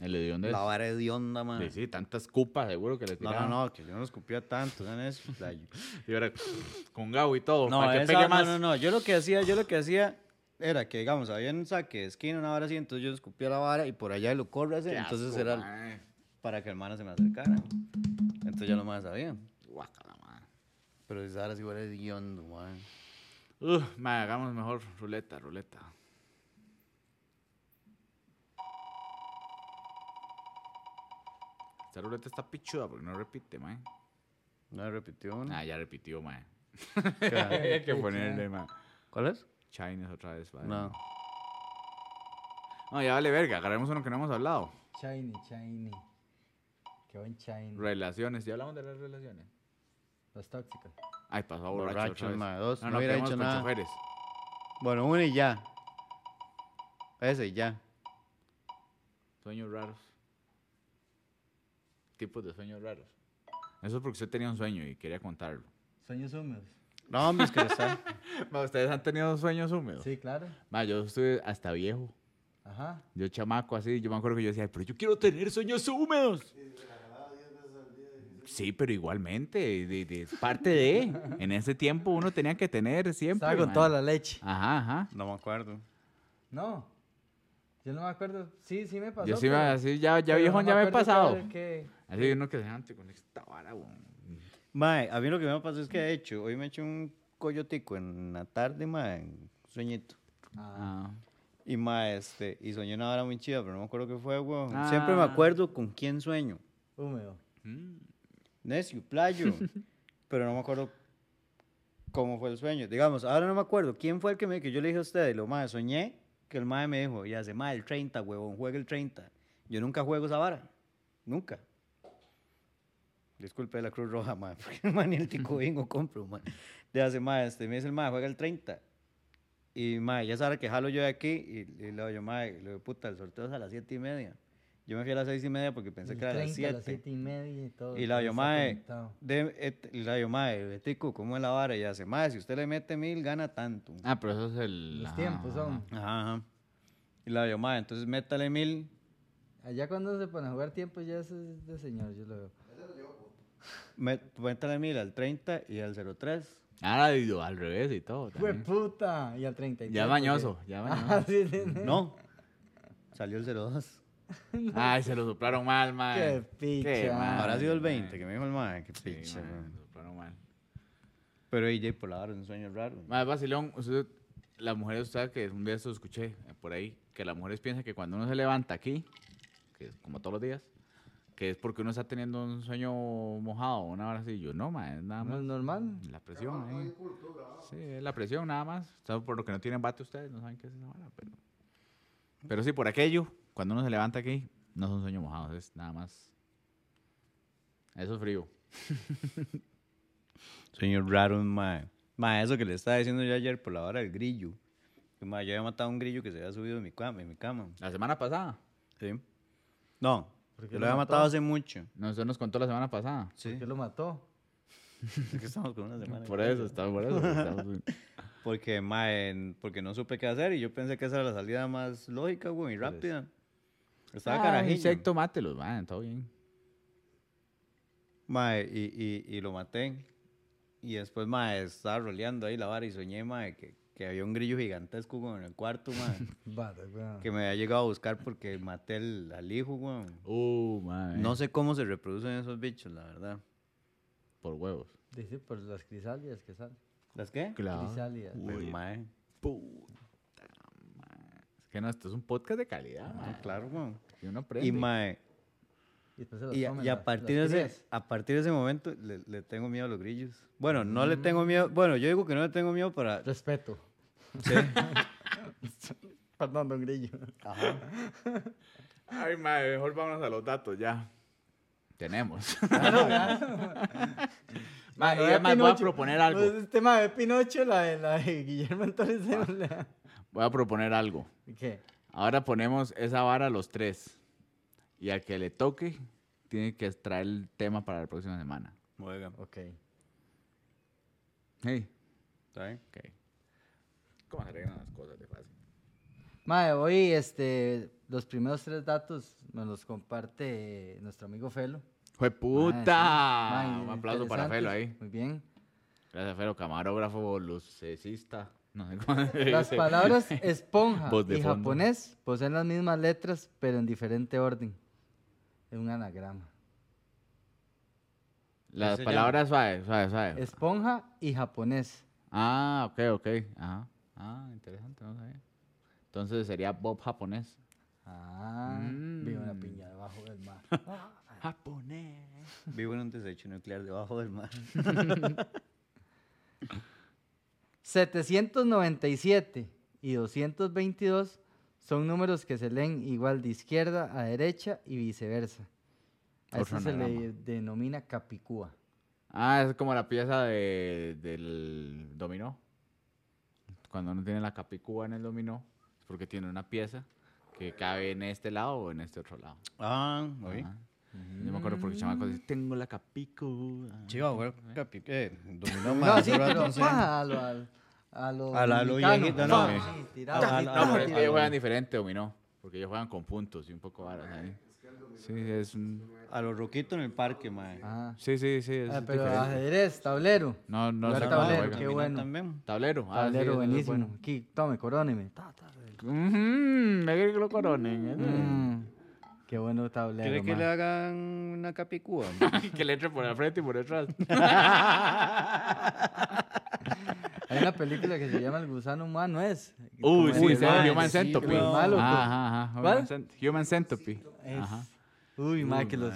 S3: El hediondo es.
S2: la vara hedionda, ma.
S3: Sí, sí, tantas cupas seguro que le
S2: No,
S3: tiraron.
S2: no, no, que yo no los escupía tanto, ¿saben eso? La-
S3: Y ahora con Gabo y todo,
S2: No,
S3: para que
S2: esa-
S3: pegue
S2: no,
S3: más.
S2: no, no, yo lo que hacía, yo lo que hacía era que, digamos, había un saque de esquina, una vara así, entonces yo escupía la vara y por allá lo corro así,
S3: Qué
S2: entonces
S3: asco,
S2: era
S3: mae.
S2: para que el mano se me acercara. Entonces ya lo más sabía.
S3: Guácala, mae.
S2: Pero esa vara sí era hediondo, man.
S3: Uf, mae, hagamos mejor ruleta, ruleta. Esta ruleta está pichuda porque no repite, mae.
S2: No repitió una.
S3: Ah, ya repitió, mae.
S2: Ca-
S3: Hay que ponerle, mae.
S2: ¿Cuál es?
S3: Chinese otra vez, mae.
S2: No.
S3: No, ya vale verga, agarremos uno que no hemos hablado.
S1: Shiny, shiny. Qué buen shiny.
S3: Relaciones, ya hablamos de las relaciones.
S1: Las tóxicas.
S3: Ay, pasó Ah, borracho.
S2: Borrachos,
S3: otra vez.
S2: mae, dos,
S3: No,
S2: no
S3: no,
S2: hubiera
S3: quedamos
S2: hecho
S3: con
S2: nada.
S3: choferes.
S2: Bueno, una y ya. Ese y ya.
S3: Sueños raros. Tipos de sueños raros. Eso es porque usted tenía un sueño y quería contarlo.
S1: Sueños húmedos.
S2: No, hombre, es que está.
S3: Ma, ¿Ustedes han tenido sueños húmedos?
S1: Sí, claro.
S3: Ma, yo estuve hasta viejo.
S1: Ajá.
S3: Yo chamaco así, yo me acuerdo que yo decía, pero yo quiero tener sueños húmedos. Sí, pero igualmente, de- de- es parte de, en ese tiempo uno tenía que tener siempre.
S1: Estaba con
S3: ma.
S1: toda la leche.
S3: Ajá, ajá.
S2: No me acuerdo.
S1: No. Yo no me acuerdo. Sí, sí me pasó.
S3: Yo sí, me-
S1: pero-
S3: así, ya, ya
S1: pero
S3: viejo,
S1: no
S3: ya me he
S1: acuerdo
S3: pasado.
S1: cuál- qué-
S3: Así uno que se levanta con esta vara, weón.
S2: Mae, a mí lo que me pasó es que, de hecho, hoy me eché un coyotico en la tarde, mae, un sueñito.
S1: Ah,
S3: Ah.
S2: Y mae, este, y soñé una hora muy chida, pero no me acuerdo qué fue, weón.
S3: Ah.
S2: Siempre me acuerdo con quién sueño.
S1: húmedo.
S3: Mm.
S2: Necio, playo. pero no me acuerdo cómo fue el sueño. Digamos, ahora no me acuerdo quién fue el que me que yo le dije a usted, lo mae, soñé que el mae me dijo, y hace mae, el 30, huevón, juega el 30. Yo nunca juego esa vara. Nunca. Disculpe la Cruz Roja, mae, porque mae, ni el tico bingo compro, mae. De hace mae, este, me dice el mae, juega el 30. Y mae, ya sabe que jalo yo de aquí y, y le digo yo, mae, le digo, puta, el sorteo es a las 7 y media. Yo me fui a las 6 y media porque pensé
S1: El
S2: que era a
S1: 30,
S2: las 7.
S1: las 7 y media y todo.
S2: Y la
S1: todo
S2: yo,
S1: está
S2: mae,
S1: conectado.
S2: de, et- y la yo, mae, tico, ¿cómo es la vara? Y hace, mae, si usted le mete mil, gana tanto.
S3: Ah, pero eso es el. ah,
S1: Los
S3: ajá,
S1: tiempos son.
S3: ajá.
S2: Ajá, ajá. Y la yo, mae, entonces métale mil.
S1: Allá cuando se pone a jugar tiempo ya eso es de señor, yo lo veo.
S2: met- métale mil al 30 y al 03.
S3: Ahora y- al revés y todo.
S1: ¡Fue
S3: también.
S1: puta! Y al 33.
S3: Ya
S1: porque-
S3: mañoso, ya
S1: Ajá,
S3: mañoso.
S1: sí, sí, sí.
S2: No. Salió el 02.
S3: Ay, se lo soplaron mal, man.
S1: Qué picha.
S3: mal,
S2: Ahora ha sido el
S3: Ah, mae.
S2: 20, que me dijo el mae, qué
S3: Sí,
S2: picha,
S3: mae,
S2: weón.
S3: se lo soplaron mal.
S2: Pero ella por la vara es un sueño raro.
S3: Más vacilón, usted, las mujeres, usted que un día esto escuché eh, por ahí, que las mujeres piensan que cuando uno se levanta aquí, que es como todos los días, que es porque uno está teniendo un sueño mojado, una hora así. Yo no, ma, es nada
S1: No
S3: más
S1: es normal.
S3: la presión. ahí. Sí, es la presión nada más. O sea, por lo que no tienen bate ustedes, no saben qué es esa hora, pero. Pero sí, por aquello, cuando uno se levanta aquí, no son sueños mojados, es nada más. Eso es frío.
S2: Sueño raro, mae. Mae, eso que le estaba diciendo yo ayer por la vara del grillo. Que, mae, yo había matado a un grillo que se había subido en mi cama. En mi cama.
S3: La semana pasada,
S2: ¿Sí? No,
S1: ¿Por qué lo
S2: yo lo había
S1: mató?
S2: matado hace mucho.
S3: no, usted nos contó la semana pasada.
S2: Sí.
S1: ¿Por qué lo mató?
S2: Es que estamos con una semana.
S3: Por
S2: de
S3: eso,
S2: cosas.
S3: está por eso. estamos-
S2: e-, Porque, mae, en- porque no supe qué hacer y yo pensé que esa era la salida más lógica, güey, y
S3: Por eso.
S2: rápida. Estaba
S3: Ah,
S2: carajillo.
S3: Insecto, mátelos, man, todo bien.
S2: Mae, y, y, y lo maté. Y después, mae, estaba roleando ahí la vara y soñé, mae, que, que había un grillo gigantesco, güey, en el cuarto, mae.
S1: Vale, weón.
S2: que me había llegado a buscar porque maté al, al hijo, güey.
S3: Uh, man.
S2: No sé cómo se reproducen esos bichos, la verdad.
S3: Por huevos.
S1: Dice por las crisálidas que salen.
S2: ¿Las qué?
S3: Ah.
S1: Crisálidas.
S2: Uy,
S3: Uy,
S2: Pues, mae.
S3: puta, man. Es que no, esto es un podcast de calidad, man.
S2: Ah, claro, güey.
S3: Y uno aprende.
S2: Y, mae,
S1: Y después se las
S2: Y, a-
S1: comen
S2: y a
S1: las-
S2: partir de
S1: las
S2: ese,
S1: crías.
S2: a partir de ese momento le, le tengo miedo a los grillos. Bueno, no le tengo miedo. Bueno, yo digo que no le tengo miedo para.
S1: Respeto. Perdón, don Grillo.
S2: Ajá.
S3: Ay, madre, mejor vámonos a los datos ya. Tenemos. Ma, y
S1: Bueno,
S3: además voy a
S1: Pinocho.
S3: proponer algo.
S1: Pues, este tema de Pinocho, la de, la de Guillermo Torres.
S3: Ah.
S1: de la-
S3: Voy a proponer algo.
S1: ¿Qué?
S3: Ahora ponemos esa vara los tres. Y al que le toque, tiene que traer el tema para la próxima semana.
S2: Oiga,
S1: Ok.
S3: Hey.
S2: ¿está bien?
S3: Ok. ¿Cómo se arreglan las cosas de fácil?
S1: Mae, hoy este, los primeros tres datos me los comparte nuestro amigo Felo.
S3: ¡Fue
S1: Mae,
S3: puta!
S1: Ah, sí. Mae,
S3: Un aplauso para Felo ahí.
S1: interesantes. Muy bien.
S3: Gracias, Felo, camarógrafo, lucecista. No sé cómo se
S1: Las
S3: dice.
S1: palabras esponja
S3: Voz de
S1: y
S3: fondo.
S1: japonés poseen las mismas letras, pero en diferente orden. Es un anagrama.
S3: Las
S2: Ese ya-
S3: palabras suaves, suaves, suaves.
S1: Esponja y japonés.
S3: Ah, ok, ok. Ajá. Ah, interesante, no sabía. Entonces sería Bob japonés.
S1: Ah, vive una
S3: Mm.
S1: piña debajo del mar.
S3: Japonés.
S2: Vivo en un desecho nuclear debajo del mar.
S1: 797 y 222 son números que se leen igual de izquierda a derecha y viceversa. A
S3: Otro
S1: eso se le
S3: anagrama.
S1: denomina capicúa.
S3: Ah, es como la pieza de, del dominó. Cuando uno tiene la capicúa en el dominó, es porque tiene una pieza que cabe en este lado o en este otro lado.
S2: Ah, oí.
S3: Ajá. Yo me acuerdo porque el chamaco dice, tengo la capico.
S2: Chiva, güey. capi- eh, dominó
S1: No,
S2: más.
S1: sí, pero paja a lo. al- A lo.
S2: A la- a lo
S1: dominicano,
S2: viejito,
S1: pa,
S2: no,
S1: sí,
S2: me-
S1: tirado,
S2: a la-
S1: tirado,
S2: a la-
S3: No, pero es que
S1: tirado.
S3: ellos juegan diferente, dominó. Porque ellos juegan con puntos y un poco varas ahí. Sí, es un...
S2: A los roquitos en el parque, mae.
S1: Ajá.
S3: Sí, sí, sí, es
S1: Ah, pero
S3: diferente.
S1: ajedrez, tablero.
S3: No, no
S1: Jugar
S3: sé cómo
S1: tablero,
S3: juegan.
S1: qué bueno.
S2: También.
S3: Tablero. ah, sí,
S1: Tablero
S3: eso es
S1: buenísimo.
S3: bueno.
S1: Aquí, tome, coróneme. Ta, ta.
S3: Mmm, me quiere que lo coronen. ¿eh?
S1: Mm, Qué bueno tablero.
S2: ¿Quiere que
S1: ma.
S2: le hagan una capicúa?
S1: Mm.
S3: que le entre por la frente y por detrás.
S1: Hay una película que se llama El gusano humano, ¿es?
S3: Uy,
S1: Como
S3: sí,
S1: el-
S3: sí,
S2: mae,
S3: Human
S2: sí,
S3: Centipede.
S1: pero malo, pues.
S3: Ajá, ajá,
S1: ¿Cuál?
S3: Human Cent- Human Centipede.
S1: Es-
S3: Ajá.
S1: Uy, ma, que los...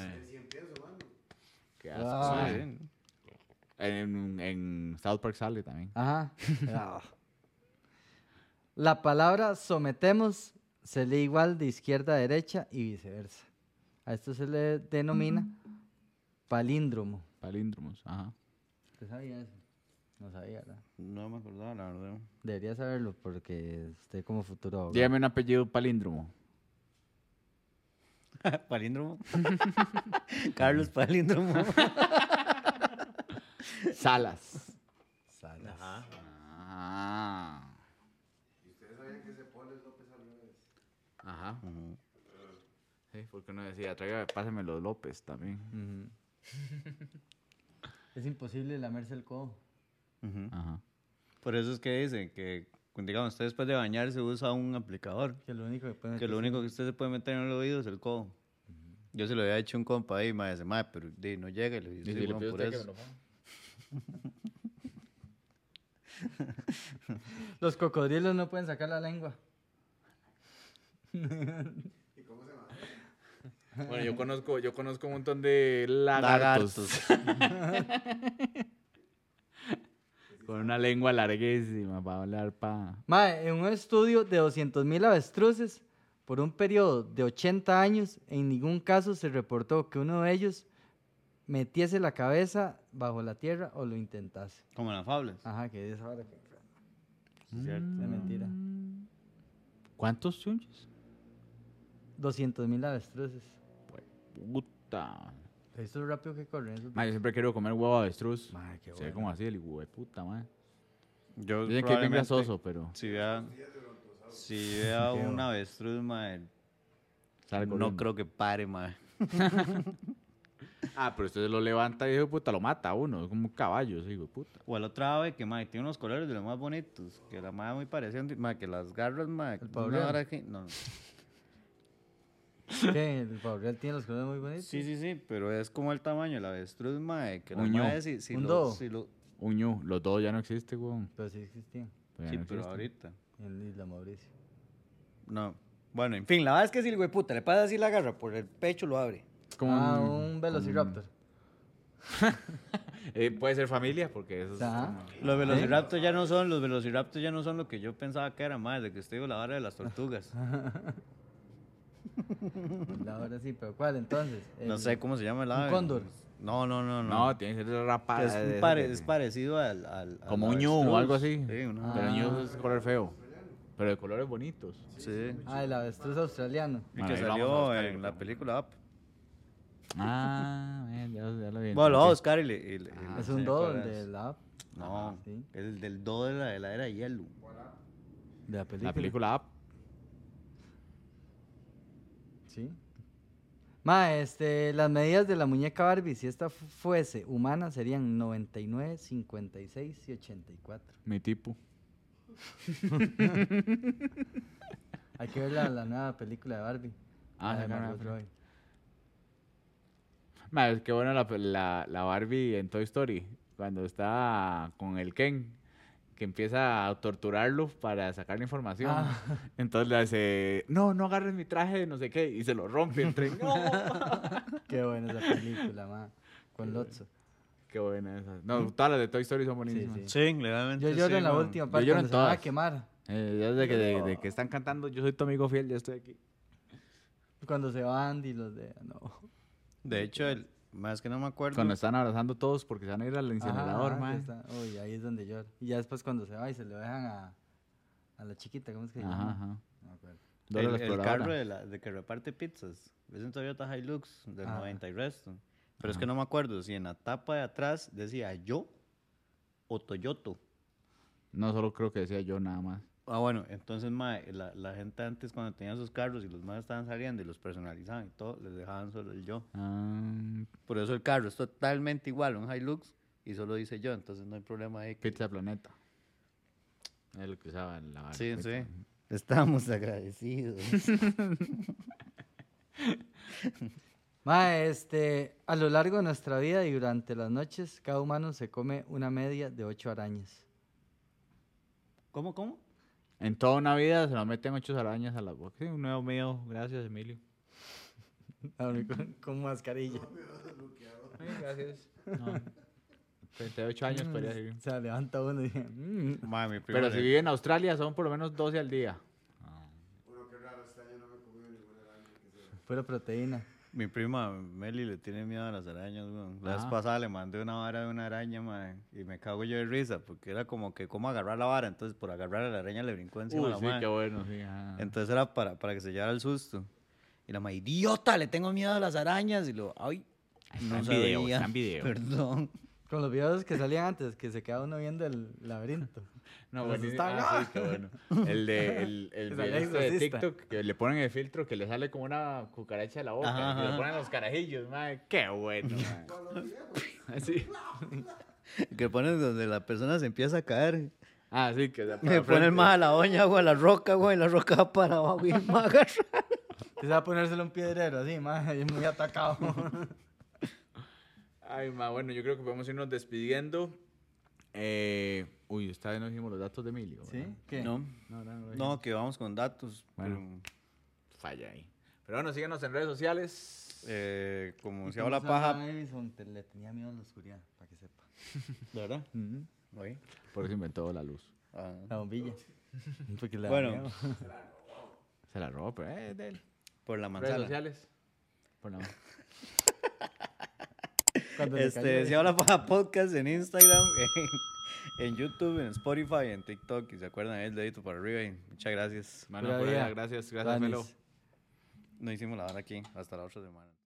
S3: Qué asco,
S1: Ah.
S3: mae. En, en South Park sale también.
S1: Ajá. Ah. La palabra sometemos se lee igual de izquierda a derecha y viceversa. A esto se le denomina palíndromo.
S3: Palíndromos. Ajá.
S1: ¿Usted sabía eso? No sabía, ¿verdad?
S2: No me acordaba, la verdad.
S1: Debería saberlo porque usted como futuro abogado.
S3: Dígame un apellido palíndromo.
S2: Palíndromo. Carlos Palíndromo.
S3: Salas.
S1: Salas.
S3: Ah. ¿Y ustedes sabían que se pone López Álvarez? Ajá. Sí, porque uno decía, tráigame, pásame los López también.
S1: Ujú. es imposible lamerse el codo.
S2: Ujú.
S3: Ajá.
S2: Por eso es que dicen que, digamos, usted después de bañarse usa un aplicador.
S1: Que lo único que
S3: Ah,
S1: puede
S2: Que lo único que usted se puede meter en el oído es el codo. Yo se lo había hecho a un compa ahí, mae, dice, mae, pero di, no llega. Y le dice, sí, bueno, por eso.
S1: Los cocodrilos no pueden sacar la lengua.
S3: Bueno, yo conozco, yo conozco un montón de lagartos.
S2: Lagartos.
S3: Con una lengua larguísima para hablar pa...
S1: Mae, en un estudio de 200.000 avestruces, por un periodo de 80 años, en ningún caso se reportó que uno de ellos metiese la cabeza bajo la tierra o lo intentase.
S2: Como en las fables.
S3: Ah.
S1: Ajá, que es ahora que... Es
S2: cierto.
S1: mentira.
S3: Mm. ¿Cuántos chunches?
S1: 200.000 avestruces.
S3: Puta.
S1: Esto es rápido que corren. esos
S3: Ma, yo siempre quiero comer huevo de avestruz.
S1: Mae, qué
S3: Se ve
S1: bueno.
S3: como así el hijo de puta, madre.
S2: Yo
S3: Dicen que es bien
S2: probablemente-
S3: grasoso, pero
S2: Si vea, si vea
S1: Qué
S2: un
S1: bueno.
S2: avestruz, mae,
S3: sale
S2: no
S3: corriendo.
S2: creo que pare, mae.
S3: Ah, pero usted lo levanta y hijo de puta lo mata a uno. Es como un caballo ese hijo de puta.
S2: O el otro ave que, mae, tiene unos colores de los más bonitos. Que la mae muy parecida, mae, que las garras, mae. que una
S1: pabellón?
S2: vara que- no, no.
S1: ¿Qué? El Gabriel tiene los colores muy bonitos.
S2: Sí, sí, sí, pero es como el tamaño del avestruz, mae. Que la
S3: Uño.
S2: mae, si, si
S1: Un
S2: lo...
S1: dodo.
S2: Si lo
S3: Un ñu, los dos ya no existen, weón.
S1: Pero sí existían.
S3: Ya
S2: sí,
S3: no
S2: pero
S3: existen.
S2: ahorita.
S1: En Isla Mauricio.
S2: No. Bueno, en fin, la verdad es que si el güey puta le pasa así la garra por el pecho, lo abre.
S3: Es como
S1: ah,
S3: un-
S1: un velociraptor.
S3: Eh, puede ser familia, porque eso es.
S1: Ajá.
S3: como-
S2: Los velociraptors ya no son, los velociraptors ya no son lo que yo pensaba que era más, de que usted dijo la vara de las tortugas.
S1: Ahora sí, pero ¿cuál entonces?
S2: No
S1: El-
S2: sé cómo se llama el ave.
S1: cóndor?
S2: No, no, no, no.
S3: No, tiene que ser
S2: Que
S3: rapada.
S2: es, un
S3: de-
S2: pare- Ah,
S3: de-
S2: es parecido al, al- al
S3: Como un ñu o
S2: avestruz.
S3: algo así.
S2: Sí, una-
S3: Pero
S1: Ah.
S3: ñu es color feo. Pero de colores bonitos.
S2: sí.
S1: Ah, el avestruz australiano.
S2: El
S3: Bueno,
S2: que
S3: ahí vamos a
S2: salió
S3: buscar y
S2: en
S3: lo
S2: la
S3: ponemos.
S2: película Up.
S3: Ah, man, ya, ya lo
S2: Bueno,
S3: vi.
S2: lo voy a
S3: entonces.
S2: buscar y le. y le- y
S1: es
S2: le
S3: Ah,
S1: un
S2: enseño cuál
S1: dodo el
S2: es.
S1: de la,
S2: No,
S1: Ajá, sí.
S2: el del do de la, de la era de hielo.
S1: de la película.
S3: La película Up.
S1: Sí. Ma, este, las medidas de la muñeca Barbie, si esta fu- fuese humana, serían 99, 56 y 84.
S3: Mi tipo.
S1: Hay que ver la, la nueva película de Barbie.
S3: Ah,
S1: la de
S3: sacaron la
S1: Margot
S3: película.
S1: Robbie.
S3: Ma, es que bueno la, la, la Barbie en Toy Story. Cuando está con el Ken. Que empieza a torturarlo para sacar la información.
S1: Ah.
S3: Entonces le hace, no, no agarres mi traje, no sé qué. Y se lo rompe el tren. ¡No!
S1: Qué buena esa película, ma. Con Lotso.
S3: Qué buena esa. No, todas las de Toy Story son buenísimas.
S1: sí.
S2: Sí, legalmente.
S1: Yo lloro
S2: sí,
S1: en la
S2: weón.
S1: última parte,
S3: lloro
S1: cuando
S3: en
S1: se van a
S3: todas.
S1: quemar.
S3: Eh, ya desde que, de, de que están cantando, yo soy tu amigo fiel, ya estoy aquí.
S1: Cuando se va Andy, los de... No.
S2: De hecho, el, más que no me acuerdo.
S3: Cuando están abrazando todos porque se van a ir al incinerador,
S1: Ajá,
S3: man.
S1: que está- Uy, ahí es donde llora. Y ya después cuando se va y se lo dejan a, a la chiquita, ¿cómo es que se
S3: Ajá,
S1: llama?
S3: ajá.
S1: No me acuerdo.
S2: El,
S3: dólares
S2: el
S3: por
S2: carro
S3: hora.
S2: de, la- de que reparte pizzas. Es un Toyota Hilux del
S1: Ah.
S2: 90 y resto. Pero es que no me acuerdo si en la tapa de atrás decía yo o Toyoto.
S3: No solo creo que decía yo nada más.
S2: Ah, bueno, entonces mae, la, la gente antes cuando tenía sus carros y los más estaban saliendo y los personalizaban y todo, les dejaban solo el yo.
S3: Ah,
S2: Por eso el carro es totalmente igual, un Hilux, y solo dice yo, entonces no hay problema ahí. que-
S3: Pizza Planeta. Es lo que usaba en la barra,
S2: Sí,
S3: Pizza
S2: sí.
S3: Planeta.
S2: Estamos agradecidos.
S1: Ma, este, a lo largo de nuestra vida y durante las noches, cada humano se come una media de ocho arañas.
S2: ¿Cómo, cómo?
S3: En toda una vida se nos meten ocho arañas a la boca. Sí, un nuevo mío. Gracias, Emilio.
S1: Ahora Con, con mascarilla.
S3: gracias. 38 años
S1: Mm.
S3: podría seguir.
S1: O sea, levanta uno y dice, "Mm".
S2: Mae, mi prima
S3: Pero si
S2: le-
S3: vive en Australia son por lo menos 12 al día.
S1: pura proteína.
S2: Mi prima Meli le tiene miedo a las arañas, weón. La vez
S3: Ah.
S2: pasada le mandé una vara de una araña, mae, y me cago yo de risa, porque era como que cómo agarrar la vara, entonces por agarrar a la araña le brincó encima a
S3: Uy,
S2: la
S3: sí,
S2: mae.
S3: qué bueno, sí. ah.
S2: Entonces era para, para que se llevara el susto. Y la mae, idiota, le tengo miedo a las arañas. Y lo, ay,
S3: Ahí
S2: no
S3: está en video,
S2: sabía,
S3: está en video.
S2: Perdón.
S1: Con los videos que salían antes, que se queda uno viendo el laberinto.
S3: No,
S1: Los
S3: buenísimo.
S1: están-
S3: Ah, sí, qué bueno. El de el, el
S1: Es
S3: video
S1: el
S3: este de
S1: exorcista.
S3: TikTok que le ponen el filtro que le sale como una cucaracha de la boca
S2: Ajá,
S3: y le
S2: ajá.
S3: ponen los carajillos, madre. Qué bueno, madre. Así.
S2: Que ponen donde la persona se empieza a caer.
S3: Ah, sí, que se
S2: Me ponen más a la oña, güey, a la roca, güey, la roca va para abajo y me agarra.
S1: Se va a ponérselo un piedrero así, ma, y muy atacado.
S3: Ay, ma, bueno, yo creo que podemos irnos despidiendo. Eh, uy, esta vez no dijimos los datos de Emilio.
S1: ¿Sí?
S3: ¿verdad?
S1: ¿Qué?
S2: No,
S3: No, no, no.
S2: no, que vamos con datos.
S3: Bueno.
S2: pero,
S3: Falla ahí. Pero bueno, síganos en redes sociales.
S2: eh, como se
S1: Yo
S2: habla
S1: no sabía
S2: paja.
S1: a Edison, te- le tenía miedo a la oscuridad, para que sepa.
S2: ¿De verdad? Oye.
S3: Eh. Por eso inventó la luz.
S2: Ah.
S1: La bombilla. Porque le da
S2: Bueno.
S1: miedo.
S3: Se la robó, pero eh, es de él.
S2: Por la
S3: Redes
S2: manzana.
S3: sociales. Por la-
S1: Cuando le cayó,
S2: Este, se habla paja podcast en Instagram, en, en YouTube, en Spotify, en TikTok. Y se acuerdan, el dedito para arriba. Y muchas gracias.
S3: Mano,
S1: Pura
S3: por allá,
S1: vida.
S3: gracias, gracias,
S1: Vanis.
S3: Melo.
S2: No hicimos la hora aquí. Hasta la otra semana.